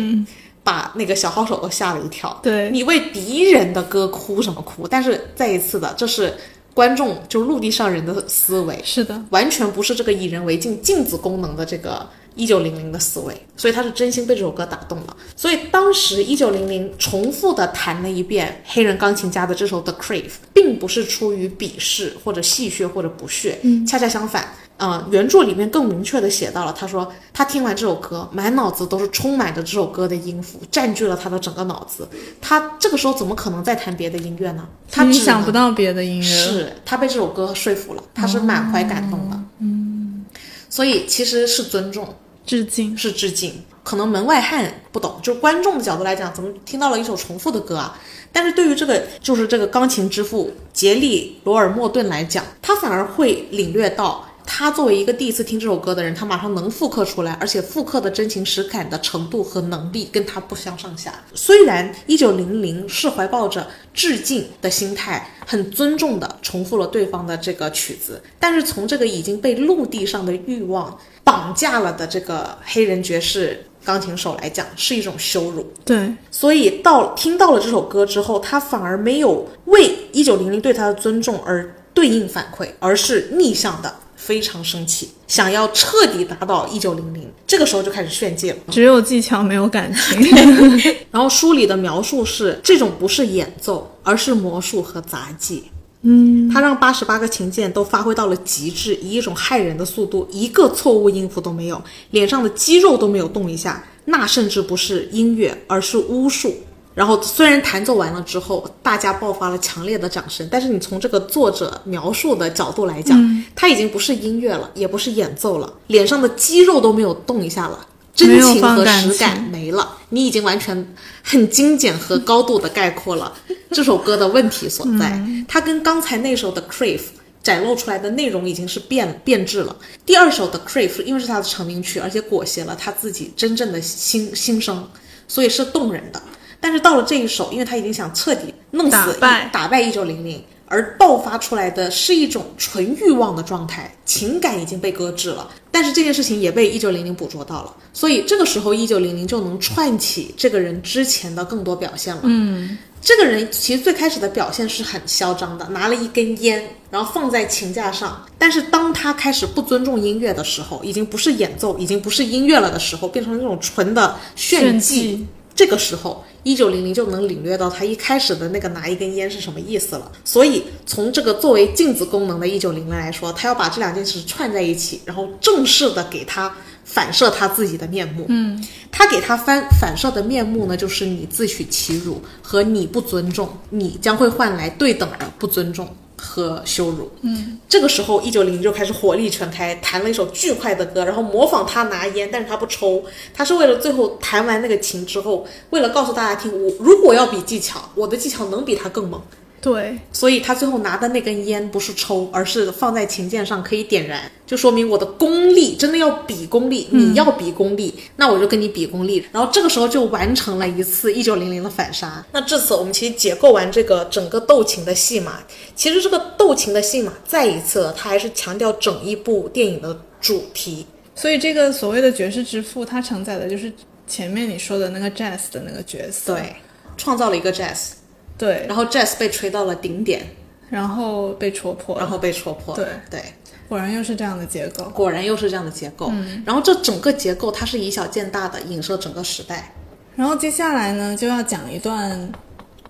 [SPEAKER 1] 把那个小号手都吓了一跳。
[SPEAKER 3] 嗯对
[SPEAKER 1] 你为敌人的歌哭什么哭？但是再一次的，这是观众就陆地上人的思维，
[SPEAKER 3] 是的，
[SPEAKER 1] 完全不是这个以人为镜镜子功能的这个一九零零的思维，所以他是真心被这首歌打动了。所以当时一九零零重复的弹了一遍黑人钢琴家的这首《The Crave》，并不是出于鄙视或者戏谑或者不屑，
[SPEAKER 3] 嗯
[SPEAKER 1] 恰恰相反。呃，原著里面更明确的写到了，他说他听完这首歌，满脑子都是充满着这首歌的音符，占据了他的整个脑子。他这个时候怎么可能再弹别的音乐呢？他
[SPEAKER 3] 你
[SPEAKER 1] 只
[SPEAKER 3] 想
[SPEAKER 1] 能
[SPEAKER 3] 不到别的音乐了。
[SPEAKER 1] 是他被这首歌说服了，他是满怀感动的。嗯，所以其实是尊重，
[SPEAKER 3] 致敬。
[SPEAKER 1] 是致敬。可能门外汉不懂，就是观众的角度来讲，怎么听到了一首重复的歌啊？但是对于这个就是这个钢琴之父杰利·罗尔莫顿来讲，他反而会领略到，他作为一个第一次听这首歌的人，他马上能复刻出来，而且复刻的真情实感的程度和能力跟他不相上下。虽然一九零零是怀抱着致敬的心态，很尊重的重复了对方的这个曲子，但是从这个已经被陆地上的欲望绑架了的这个黑人爵士钢琴手来讲，是一种羞辱。
[SPEAKER 3] 对，
[SPEAKER 1] 所以到听到了这首歌之后，他反而没有为一九零零对他的尊重而对应反馈，而是逆向的，非常生气，想要彻底打倒一九零零。这个时候就开始炫技了。
[SPEAKER 3] 只有技巧没有感情。
[SPEAKER 1] 然后书里的描述是，这种不是演奏，而是魔术和杂技。嗯，他让八十八个琴键都发挥到了极致，以一种骇人的速度，一个错误音符都没有，脸上的肌肉都没有动一下，那甚至不是音乐，而是巫术。然后虽然弹奏完了之后，大家爆发了强烈的掌声，但是你从这个作者描述的角度来讲，
[SPEAKER 3] 嗯
[SPEAKER 1] 他已经不是音乐了，也不是演奏了，脸上的肌肉都没有动一下了，真
[SPEAKER 3] 没有
[SPEAKER 1] 情
[SPEAKER 3] 放
[SPEAKER 1] 和
[SPEAKER 3] 感
[SPEAKER 1] 实感
[SPEAKER 3] 情
[SPEAKER 1] 没了，你已经完全很精简和高度的概括 了这首歌的问题所在。
[SPEAKER 3] 嗯
[SPEAKER 1] 它跟刚才那首的《Crave》展露出来的内容已经是变变质了。第二首的《Crave》因为是他的成名曲，而且裹挟了他自己真正的心心声，所以是动人的。但是到了这一首，因为他已经想彻底弄死
[SPEAKER 3] 打败
[SPEAKER 1] 打败一九零零，而爆发出来的是一种纯欲望的状态，情感已经被搁置了。但是这件事情也被一九零零捕捉到了，所以这个时候一九零零就能串起这个人之前的更多表现了。嗯，这个人其实最开始的表现是很嚣张的，拿了一根烟，然后放在琴架上。但是当他开始不尊重音乐的时候，已经不是演奏，已经不是音乐了的时候，变成那种纯的炫
[SPEAKER 3] 炫
[SPEAKER 1] 技
[SPEAKER 3] 技
[SPEAKER 1] 这个时候，一九零零就能领略到他一开始的那个拿一根烟是什么意思了。所以，从这个作为镜子功能的一九零零来说，他要把这两件事串在一起，然后正式的给他反射他自己的面目。嗯，他给他反反射的面目呢，就是你自取其辱和你不尊重，你将会换来对等的不尊重。和羞辱，嗯，这个时候一九零就开始火力全开，弹了一首巨快的歌，然后模仿他拿烟，但是他不抽，他是为了最后弹完那个琴之后，为了告诉大家听，我如果要比技巧，我的技巧能比他更猛，
[SPEAKER 3] 对，
[SPEAKER 1] 所以他最后拿的那根烟不是抽，而是放在琴键上可以点燃，就说明我的功力真的要比功力，你要比功力，那我就跟你比功力。然后这个时候就完成了一次一九零零的反杀。那至此我们其实解构完这个整个斗琴的戏码，其实这个斗琴的戏码再一次了，它还是强调整一部电影的主题，
[SPEAKER 3] 所以这个所谓的爵士之父，他承载的就是前面你说的那个 jazz 的那个角色。
[SPEAKER 1] 对，创造了一个 jazz。
[SPEAKER 3] 对，
[SPEAKER 1] 然后 Jazz 被吹到了顶点，
[SPEAKER 3] 然后被戳破了，
[SPEAKER 1] 然后被戳破了。对对，
[SPEAKER 3] 果然又是这样的结构。
[SPEAKER 1] 果然又是这样的结构。然后这整个结构它是以小见大的，影射整个时代。
[SPEAKER 3] 然后接下来呢，就要讲一段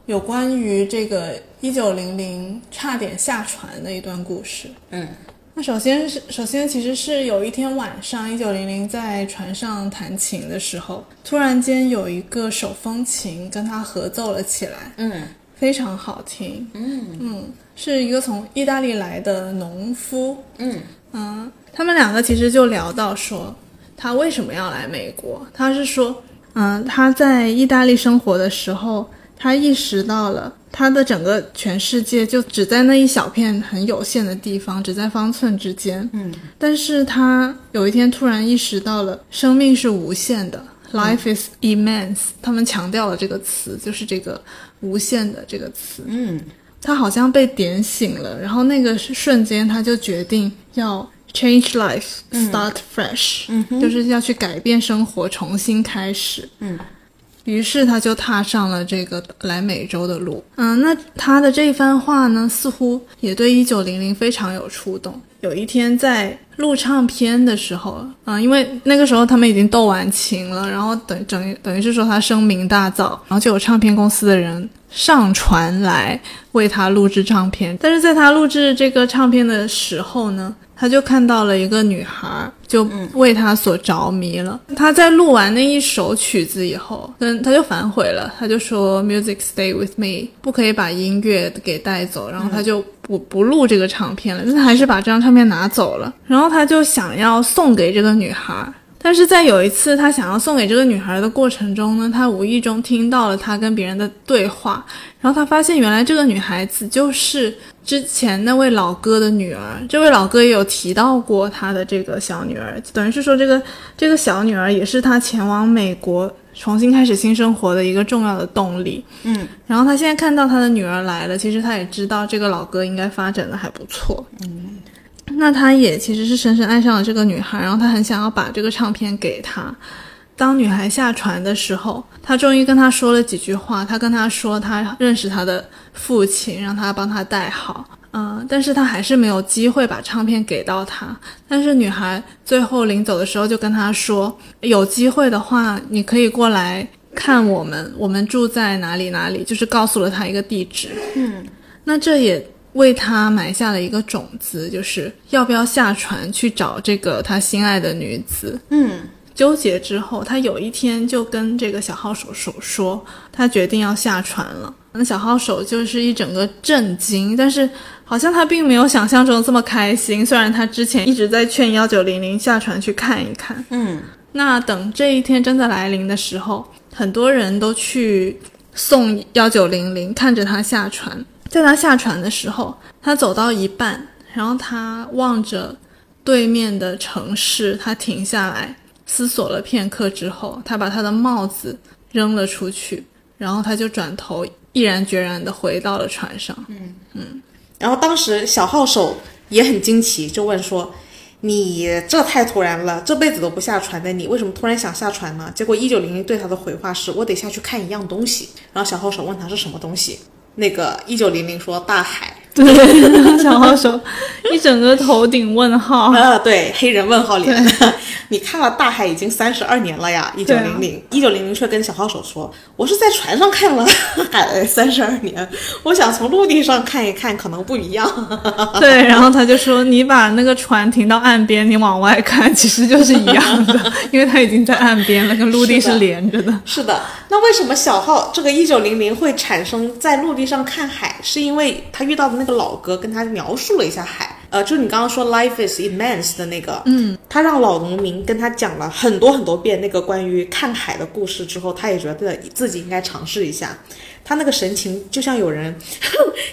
[SPEAKER 3] 有关于这个一九零零差点下船的一段故事。
[SPEAKER 1] 嗯，
[SPEAKER 3] 那首先是，首先其实是有一天晚上，一九零零在船上弹琴的时候，突然间有一个手风琴跟他合奏了起来，
[SPEAKER 1] 嗯
[SPEAKER 3] 非常好听。
[SPEAKER 1] 嗯
[SPEAKER 3] 嗯，是一个从意大利来的农夫。
[SPEAKER 1] 嗯
[SPEAKER 3] 嗯，他们两个其实就聊到说，他为什么要来美国？他是说，嗯，他在意大利生活的时候，他意识到了他的整个全世界就只在那一小片很有限的地方，只在方寸之间。
[SPEAKER 1] 嗯，
[SPEAKER 3] 但是他有一天突然意识到了，生命是无限的。Life is immense，、他们强调了这个词，就是这个“无限”的这个词。
[SPEAKER 1] 嗯，
[SPEAKER 3] 他好像被点醒了，然后那个瞬间他就决定要 change life, start fresh，、就是要去改变生活，重新开始。
[SPEAKER 1] 嗯，
[SPEAKER 3] 于是他就踏上了这个来美洲的路。嗯，那他的这番话呢，似乎也对一九零零非常有触动。有一天在录唱片的时候，嗯，因为那个时候他们已经斗完琴了，然后等等于等于是说他声名大噪，然后就有唱片公司的人上传来为他录制唱片。但是在他录制这个唱片的时候呢，他就看到了一个女孩，就为他所着迷了。他在录完那一首曲子以后，嗯，他就反悔了，他就说 “music stay with me”，不可以把音乐给带走，然后他就不不录这个唱片了，但是还是把这张唱片拿走了。然后他就想要送给这个女孩。但是在有一次他想要送给这个女孩的过程中呢，他无意中听到了他跟别人的对话，然后他发现原来这个女孩子就是之前那位老哥的女儿。这位老哥也有提到过他的这个小女儿，等于是说这个这个小女儿也是他前往美国重新开始新生活的一个重要的动力。
[SPEAKER 1] 嗯，
[SPEAKER 3] 然后他现在看到他的女儿来了，其实他也知道这个老哥应该发展的还不错。嗯。那他也其实是深深爱上了这个女孩，然后他很想要把这个唱片给她。当女孩下船的时候，他终于跟她说了几句话。他跟她说，他认识她的父亲，让他帮她带好。嗯、但是他还是没有机会把唱片给到她。但是女孩最后临走的时候就跟他说，有机会的话，你可以过来看我们，我们住在哪里哪里，就是告诉了他一个地址。那这也为他埋下了一个种子，就是要不要下船去找这个他心爱的女子。嗯，纠结之后，他有一天就跟这个小号手手说，他决定要下船了。那小号手就是一整个震惊，但是好像他并没有想象中这么开心。虽然他之前一直在劝幺九零零下船去看一看，
[SPEAKER 1] 嗯，
[SPEAKER 3] 那等这一天真的来临的时候，很多人都去送幺九零零，看着他下船。在他下船的时候，他走到一半，然后他望着对面的城市，他停下来思索了片刻之后，他把他的帽子扔了出去，然后他就转头毅然决然地回到了船上。
[SPEAKER 1] 然后当时小号手也很惊奇，就问说：“你这太突然了，这辈子都不下船的你，为什么突然想下船呢？”结果一九零零对他的回话是：“我得下去看一样东西。”然后小号手问他是什么东西，那个一九零零说：“大海。
[SPEAKER 3] 对，小号手一整个头顶问” 号。
[SPEAKER 1] 啊，对，黑人问号脸。 你看了大海已经三十二年了呀，一九
[SPEAKER 3] 对
[SPEAKER 1] 零
[SPEAKER 3] 啊
[SPEAKER 1] 零一九零零却跟小号手说：“我是在船上看了海三十二年，我想从陆地上看一看，可能不一样。”
[SPEAKER 3] 对，然后他就说：“你把那个船停到岸边，你往外看，其实就是一样的， 因为它已经在岸边了，跟陆地
[SPEAKER 1] 是
[SPEAKER 3] 是
[SPEAKER 1] 的
[SPEAKER 3] 连着的。
[SPEAKER 1] 是的，那为什么小号这个一九零零会产生在陆地上看海？是因为他遇到的那个老哥跟他描述了一下海，呃，就你刚刚说 “life is immense” 的那个，嗯，他让老农民跟他讲了很多很多遍那个关于看海的故事之后，他也觉得自己应该尝试一下。他那个神情就像有人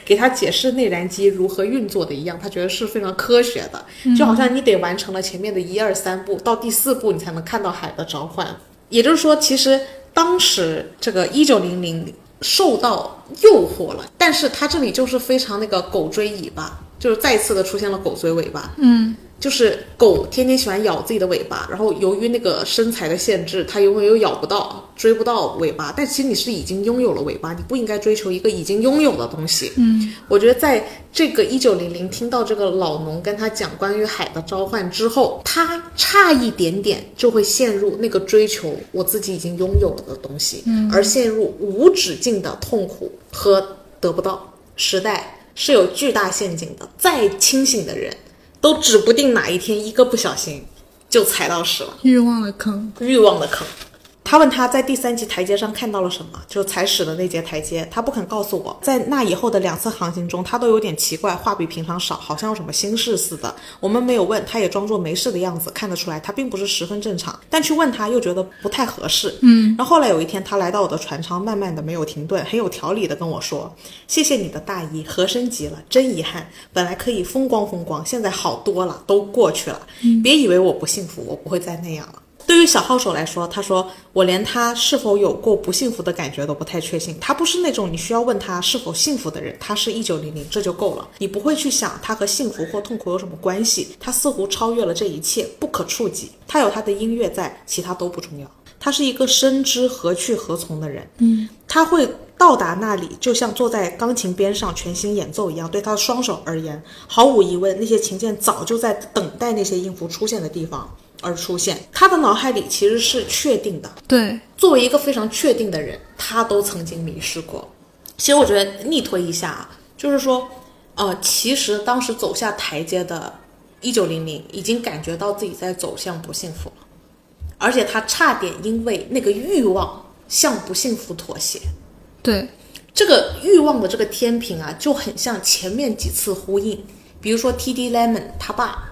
[SPEAKER 1] 给他解释内燃机如何运作的一样，他觉得是非常科学的，就好像你得完成了前面的一二三步，到第四步你才能看到海的召唤。也就是说，其实当时这个一九零零受到诱惑了，但是他这里就是非常那个狗追尾巴，就是再次的出现了狗追尾巴。
[SPEAKER 3] 嗯，
[SPEAKER 1] 就是狗天天喜欢咬自己的尾巴，然后由于那个身材的限制，它永远又咬不到、追不到尾巴。但其实你是已经拥有了尾巴，你不应该追求一个已经拥有的东西。嗯，我觉得在这个一九零零听到这个老农跟他讲关于海的召唤之后，他差一点点就会陷入那个追求我自己已经拥有了的东西，嗯、而陷入无止境的痛苦和得不到。时代是有巨大陷阱的，再清醒的人。都指不定哪一天一个不小心就踩到屎了，
[SPEAKER 3] 欲望的坑。
[SPEAKER 1] 欲望的坑。他问他在第三级台阶上看到了什么，就是踩屎的那节台阶，他不肯告诉我。在那以后的两次航行中，他都有点奇怪，话比平常少，好像有什么心事似的。我们没有问，他也装作没事的样子，看得出来他并不是十分正常。但去问他又觉得不太合适。嗯。然后后来有一天，他来到我的船舱，慢慢的没有停顿，很有条理的跟我说：“谢谢你的大意，和珅急了，真遗憾，本来可以风光风光，现在好多了，都过去了。别以为我不幸福，我不会再那样了。”对于小号手来说，他说我连他是否有过不幸福的感觉都不太确信。他不是那种你需要问他是否幸福的人，他是一九零零，这就够了。你不会去想他和幸福或痛苦有什么关系。他似乎超越了这一切，不可触及。他有他的音乐在，其他都不重要。他是一个深知何去何从的人。嗯，他会到达那里，就像坐在钢琴边上全心演奏一样。对他的双手而言，毫无疑问，那些琴键早就在等待那些音符出现的地方而出现。他的脑海里其实是确定的。
[SPEAKER 3] 对，
[SPEAKER 1] 作为一个非常确定的人，他都曾经迷失过。其实我觉得逆推一下啊，就是说，呃，其实当时走下台阶的1900已经感觉到自己在走向不幸福了。而且他差点因为那个欲望向不幸福妥协。
[SPEAKER 3] 对，
[SPEAKER 1] 这个欲望的这个天平啊，就很像前面几次呼应，比如说 T D Lemon 他爸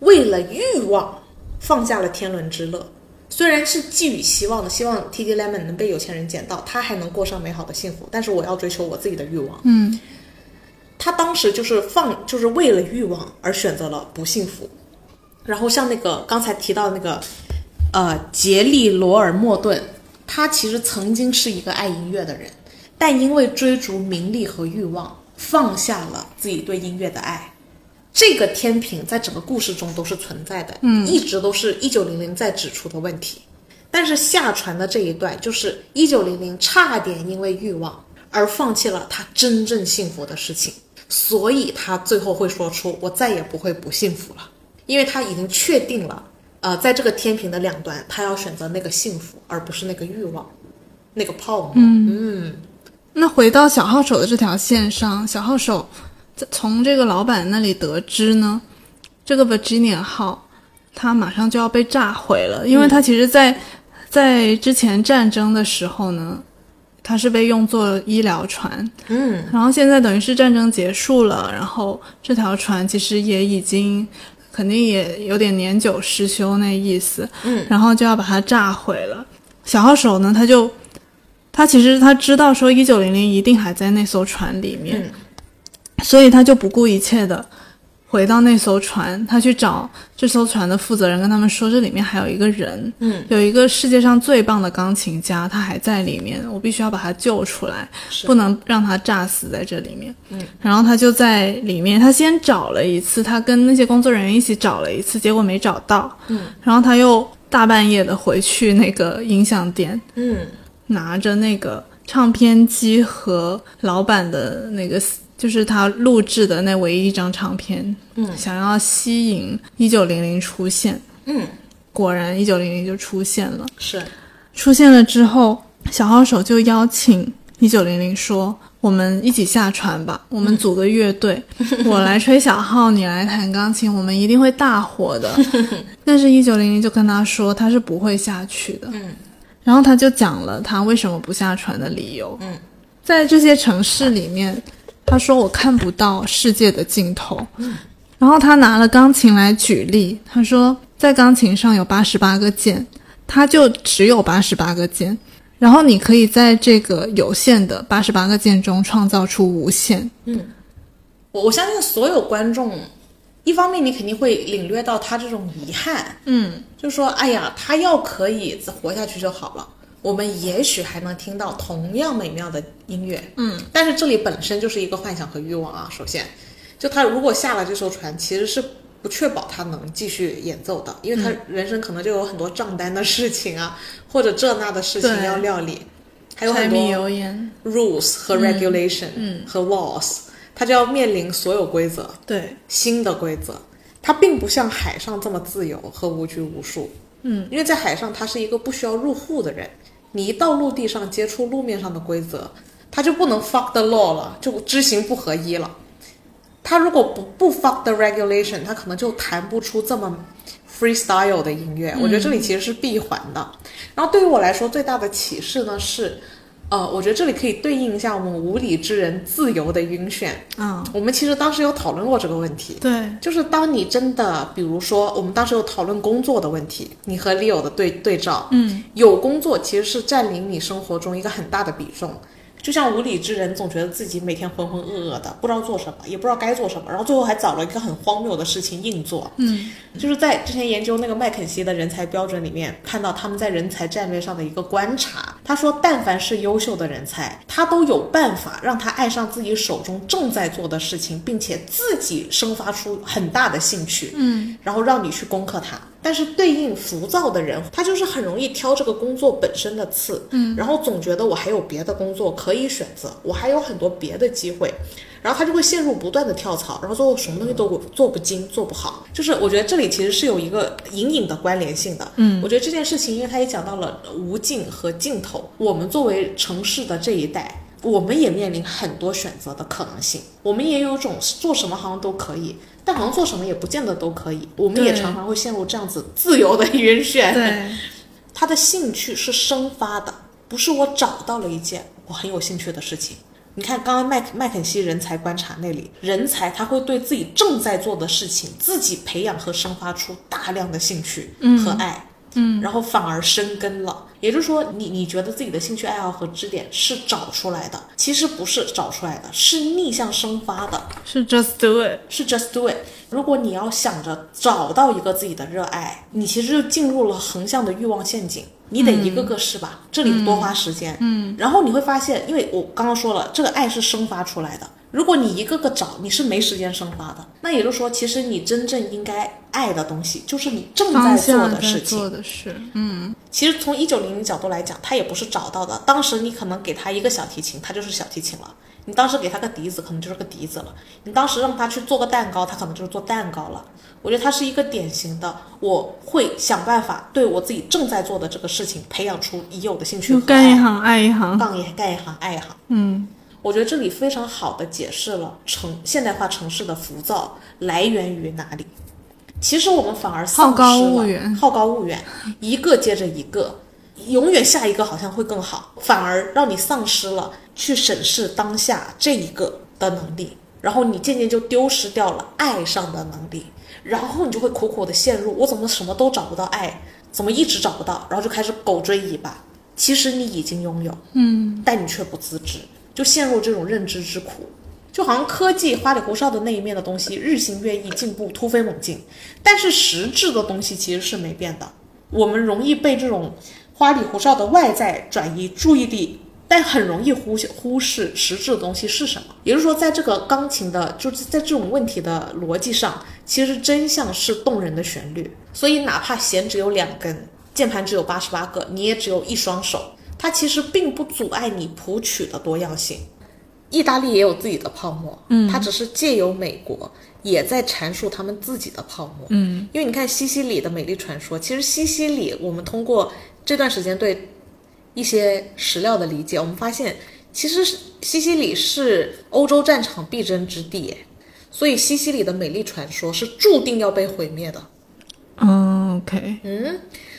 [SPEAKER 1] 为了欲望放下了天伦之乐，虽然是寄予希望的，希望 T D Lemon 能被有钱人捡到，他还能过上美好的幸福，但是我要追求我自己的欲望。
[SPEAKER 3] 嗯，
[SPEAKER 1] 他当时就是放，就是为了欲望而选择了不幸福。然后像那个刚才提到那个。呃，杰利·罗尔莫顿，他其实曾经是一个爱音乐的人，但因为追逐名利和欲望，放下了自己对音乐的爱。这个天平在整个故事中都是存在的，嗯，一直都是一九零零在指出的问题。但是下船的这一段，就是一九零零差点因为欲望而放弃了他真正幸福的事情，所以他最后会说出：“我再也不会不幸福了。”因为他已经确定了。呃，在这个天平的两端，他要选择那个幸福，而不是那个欲望，那个泡沫。嗯
[SPEAKER 3] 那回到小号手的这条线上，小号手在从这个老板那里得知呢，这个 Virginia 号它马上就要被炸毁了，
[SPEAKER 1] 嗯
[SPEAKER 3] 因为它其实在，在之前战争的时候呢，它是被用作医疗船，
[SPEAKER 1] 嗯，
[SPEAKER 3] 然后现在等于是战争结束了，然后这条船其实也已经。肯定也有点年久失修那意思，
[SPEAKER 1] 嗯，
[SPEAKER 3] 然后就要把它炸毁了。小号手呢，他就他其实他知道说一九零零一定还在那艘船里面，所以他就不顾一切的回到那艘船，他去找这艘船的负责人，跟他们说这里面还有一个人，
[SPEAKER 1] 嗯，
[SPEAKER 3] 有一个世界上最棒的钢琴家，他还在里面，我必须要把他救出来，不能让他炸死在这里面。
[SPEAKER 1] 嗯，
[SPEAKER 3] 然后他就在里面，他先找了一次，他跟那些工作人员一起找了一次，结果没找到。
[SPEAKER 1] 嗯，
[SPEAKER 3] 然后他又大半夜的回去那个音像店，
[SPEAKER 1] 嗯
[SPEAKER 3] 拿着那个唱片机和老板的那个，就是他录制的那唯一一张唱片，
[SPEAKER 1] 嗯
[SPEAKER 3] 想要吸引一九零零出现。
[SPEAKER 1] 嗯，
[SPEAKER 3] 果然一九零零就出现了。
[SPEAKER 1] 是
[SPEAKER 3] 出现了之后，小号手就邀请一九零零说：“我们一起下船吧，
[SPEAKER 1] 嗯
[SPEAKER 3] 我们组个乐 队，我来吹小号，你来弹钢琴，我们一定会大 火的。”但是，一九零零就跟他说他是不会下去的。
[SPEAKER 1] 嗯，
[SPEAKER 3] 然后他就讲了他为什么不下船的理由。
[SPEAKER 1] 嗯，
[SPEAKER 3] 在这些城市里面，他说我看不到世界的尽头。然后他拿了钢琴来举例，他说在钢琴上有八十八个键，它就只有八十八个键，然后你可以在这个有限的八十八个键中创造出无限。
[SPEAKER 1] 我我相信所有观众，一方面你肯定会领略到他这种遗憾，
[SPEAKER 3] 嗯，
[SPEAKER 1] 就说哎呀，他要可以活下去就好了。我们也许还能听到同样美妙的音乐，
[SPEAKER 3] 嗯，
[SPEAKER 1] 但是这里本身就是一个幻想和欲望啊。首先，就他如果下了这艘船，其实是不确保他能继续演奏的，因为他人生可能就有很多账单的事情啊，或者这那的事情
[SPEAKER 3] 对
[SPEAKER 1] 要料理，还有
[SPEAKER 3] 嗯柴
[SPEAKER 1] 很多
[SPEAKER 3] 米油盐，
[SPEAKER 1] rules 和 regulation，
[SPEAKER 3] 嗯
[SPEAKER 1] 和 laws，他就要面临所有规则，
[SPEAKER 3] 对，
[SPEAKER 1] 新的规则。它并不像海上这么自由和无拘无束，
[SPEAKER 3] 嗯，
[SPEAKER 1] 因为在海上他是一个不需要入户的人，你一到陆地上接触路面上的规则，他就不能 fuck the law 了，就知行不合一了。他如果不不 fuck the regulation，他可能就弹不出这么 freestyle 的音乐。我觉得这里其实是闭环的。然后对于我来说，最大的启示呢是，呃，我觉得这里可以对应一下我们无理之人自由的晕眩。
[SPEAKER 3] 啊、
[SPEAKER 1] 我们其实当时有讨论过这个问题，
[SPEAKER 3] 对，
[SPEAKER 1] 就是当你真的，比如说，我们当时有讨论工作的问题，你和 Leo 的对对照，
[SPEAKER 3] 嗯，
[SPEAKER 1] 有工作其实是占领你生活中一个很大的比重。就像无理之人，总觉得自己每天浑浑噩噩的，不知道做什么，也不知道该做什么，然后最后还找了一个很荒谬的事情硬做。
[SPEAKER 3] 嗯，
[SPEAKER 1] 就是在之前研究那个麦肯锡的人才标准里面，看到他们在人才战略上的一个观察。他说，但凡是优秀的人才，他都有办法让他爱上自己手中正在做的事情，并且自己生发出很大的兴趣，嗯，然后让你去攻克它。但是对应浮躁的人，他就是很容易挑这个工作本身的刺，嗯，然后总觉得我还有别的工作可以选择，我还有很多别的机会，然后他就会陷入不断的跳槽，然后最后什么东西都做不精、做不好。就是我觉得这里其实是有一个隐隐的关联性的。嗯，我觉得这件事情，因为他也讲到了无尽和尽头，我们作为城市的这一代。我们也面临很多选择的可能性，我们也有种做什么好像都可以，但好像做什么也不见得都可以。我们也
[SPEAKER 3] 对
[SPEAKER 1] 常常会陷入这样子自由的晕眩。
[SPEAKER 3] 对，
[SPEAKER 1] 他的兴趣是生发的，不是我找到了一件我很有兴趣的事情。你看，刚刚麦肯麦肯锡人才观察那里，人才他会对自己正在做的事情，自己培养和生发出大量的兴趣和爱，嗯，然后反而生根了。也就是说，你你觉得自己的兴趣爱好和支点是找出来的，其实不是找出来的，是逆向生发的。
[SPEAKER 3] 是 just do it，
[SPEAKER 1] 是 just do it。如果你要想着找到一个自己的热爱，你其实就进入了横向的欲望陷阱。你得一个个试吧，这里多花时间。嗯，然后你会发现，因为我刚刚说了，这个爱是生发出来的。如果你一个个找，你是没时间生发的。那也就是说，其实你真正应该爱的东西，就是你正在
[SPEAKER 3] 当
[SPEAKER 1] 做
[SPEAKER 3] 下
[SPEAKER 1] 的
[SPEAKER 3] 在
[SPEAKER 1] 事情
[SPEAKER 3] 做。的事，嗯，
[SPEAKER 1] 其实从一九零零角度来讲，他也不是找到的。当时你可能给他一个小提琴，他就是小提琴了；你当时给他个笛子，可能就是个笛子了；你当时让他去做个蛋糕，他可能就是做蛋糕了。我觉得他是一个典型的，我会想办法对我自己正在做的这个事情培养出已有的兴趣
[SPEAKER 3] 就
[SPEAKER 1] 和
[SPEAKER 3] 干一
[SPEAKER 1] 爱好，
[SPEAKER 3] 行爱一行，
[SPEAKER 1] 干一干一行爱一行。
[SPEAKER 3] 嗯，
[SPEAKER 1] 我觉得这里非常好的解释了城现代化城市的浮躁来源于哪里。其实我们反而丧失了
[SPEAKER 3] 好高骛远
[SPEAKER 1] 好高骛远，一个接着一个，永远下一个好像会更好，反而让你丧失了去审视当下这一个的能力，然后你渐渐就丢失掉了爱上的能力，然后你就会苦苦的陷入我怎么什么都找不到爱，怎么一直找不到，然后就开始狗追尾巴。其实你已经拥有，但你却不自知，就陷入这种认知之苦。就好像科技花里胡哨的那一面的东西日新月异，进步突飞猛进，但是实质的东西其实是没变的。我们容易被这种花里胡哨的外在转移注意力，但很容易忽忽视实质的东西是什么。也就是说，在这个钢琴的，就是在这种问题的逻辑上，其实真相是动人的旋律。所以，哪怕弦只有两根，键盘只有八十八个，你也只有一双手，它其实并不阻碍你谱曲的多样性。意大利也有自己的泡沫，嗯，它只是借由美国也在阐述他们自己的泡沫，嗯，因为你看西西里的美丽传说，其实西西里我们通过这段时间对一些史料的理解，我们发现其实是西西里是欧洲战场必争之地耶，所以西西里的美丽传说是注定要被毁灭的，
[SPEAKER 3] 嗯，OK，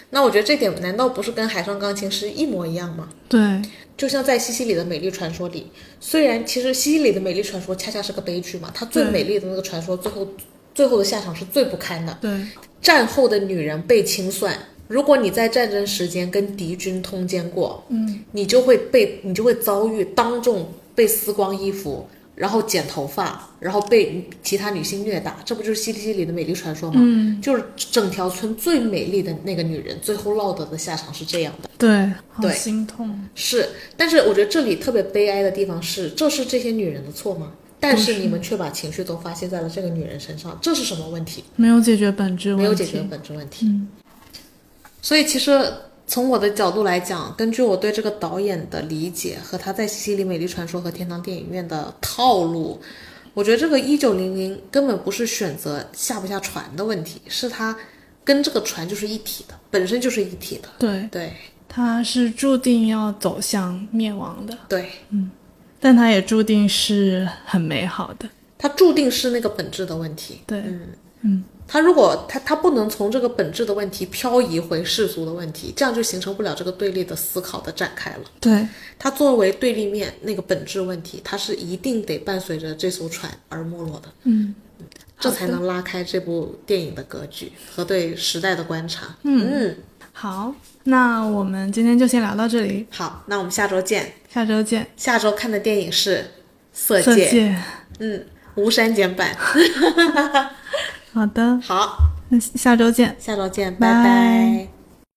[SPEAKER 1] 那我觉得这点难道不是跟海上钢琴师一模一样吗？
[SPEAKER 3] 对，
[SPEAKER 1] 就像在西西里的美丽传说里，虽然其实西西里的美丽传说恰恰是个悲剧嘛，它最
[SPEAKER 3] 对
[SPEAKER 1] 美丽的那个传说最后最后的下场是最不堪的，
[SPEAKER 3] 对，
[SPEAKER 1] 战后的女人被清算。如果你在战争时间跟敌军通奸过，嗯，你就会被你就会遭遇当众被撕光衣服，然后剪头发，然后被其他女性虐打，这不就是西西里的美丽传说吗？嗯，就是整条村最美丽的那个女人，最后落得的下场是这样的。
[SPEAKER 3] 对，好
[SPEAKER 1] 对
[SPEAKER 3] 心痛，
[SPEAKER 1] 是，但是我觉得这里特别悲哀的地方是，这是这些女人的错吗？但是你们却把情绪都发泄在了这个女人身上，这是什么问题？
[SPEAKER 3] 没有解决本质问题，
[SPEAKER 1] 没有解决本质问题。所以其实从我的角度来讲，根据我对这个导演的理解和他在《西西里美丽传说》和《天堂电影院》的套路，我觉得这个一九零零根本不是选择下不下船的问题，是它跟这个船就是一体的，本身就是一体的。
[SPEAKER 3] 对，
[SPEAKER 1] 对
[SPEAKER 3] 它是注定要走向灭亡的，
[SPEAKER 1] 对，
[SPEAKER 3] 但它也注定是很美好的。
[SPEAKER 1] 它注定是那个本质的问题。
[SPEAKER 3] 对，
[SPEAKER 1] 他如果他他不能从这个本质的问题漂移回世俗的问题，这样就形成不了这个对立的思考的展开了。
[SPEAKER 3] 对，
[SPEAKER 1] 它作为对立面那个本质问题，它是一定得伴随着这艘船而没落的。嗯，这才能拉开这部电影的格局和对时代的观察。嗯
[SPEAKER 3] 好，那我们今天就先聊到这里，
[SPEAKER 1] 好，那我们下周见。
[SPEAKER 3] 下周见。
[SPEAKER 1] 下周看的电影是《色戒》
[SPEAKER 3] 再见。
[SPEAKER 1] 嗯，无删减版。
[SPEAKER 3] 好的，
[SPEAKER 1] 好，
[SPEAKER 3] 那下周见。
[SPEAKER 1] 下周见，
[SPEAKER 3] 拜
[SPEAKER 1] 拜拜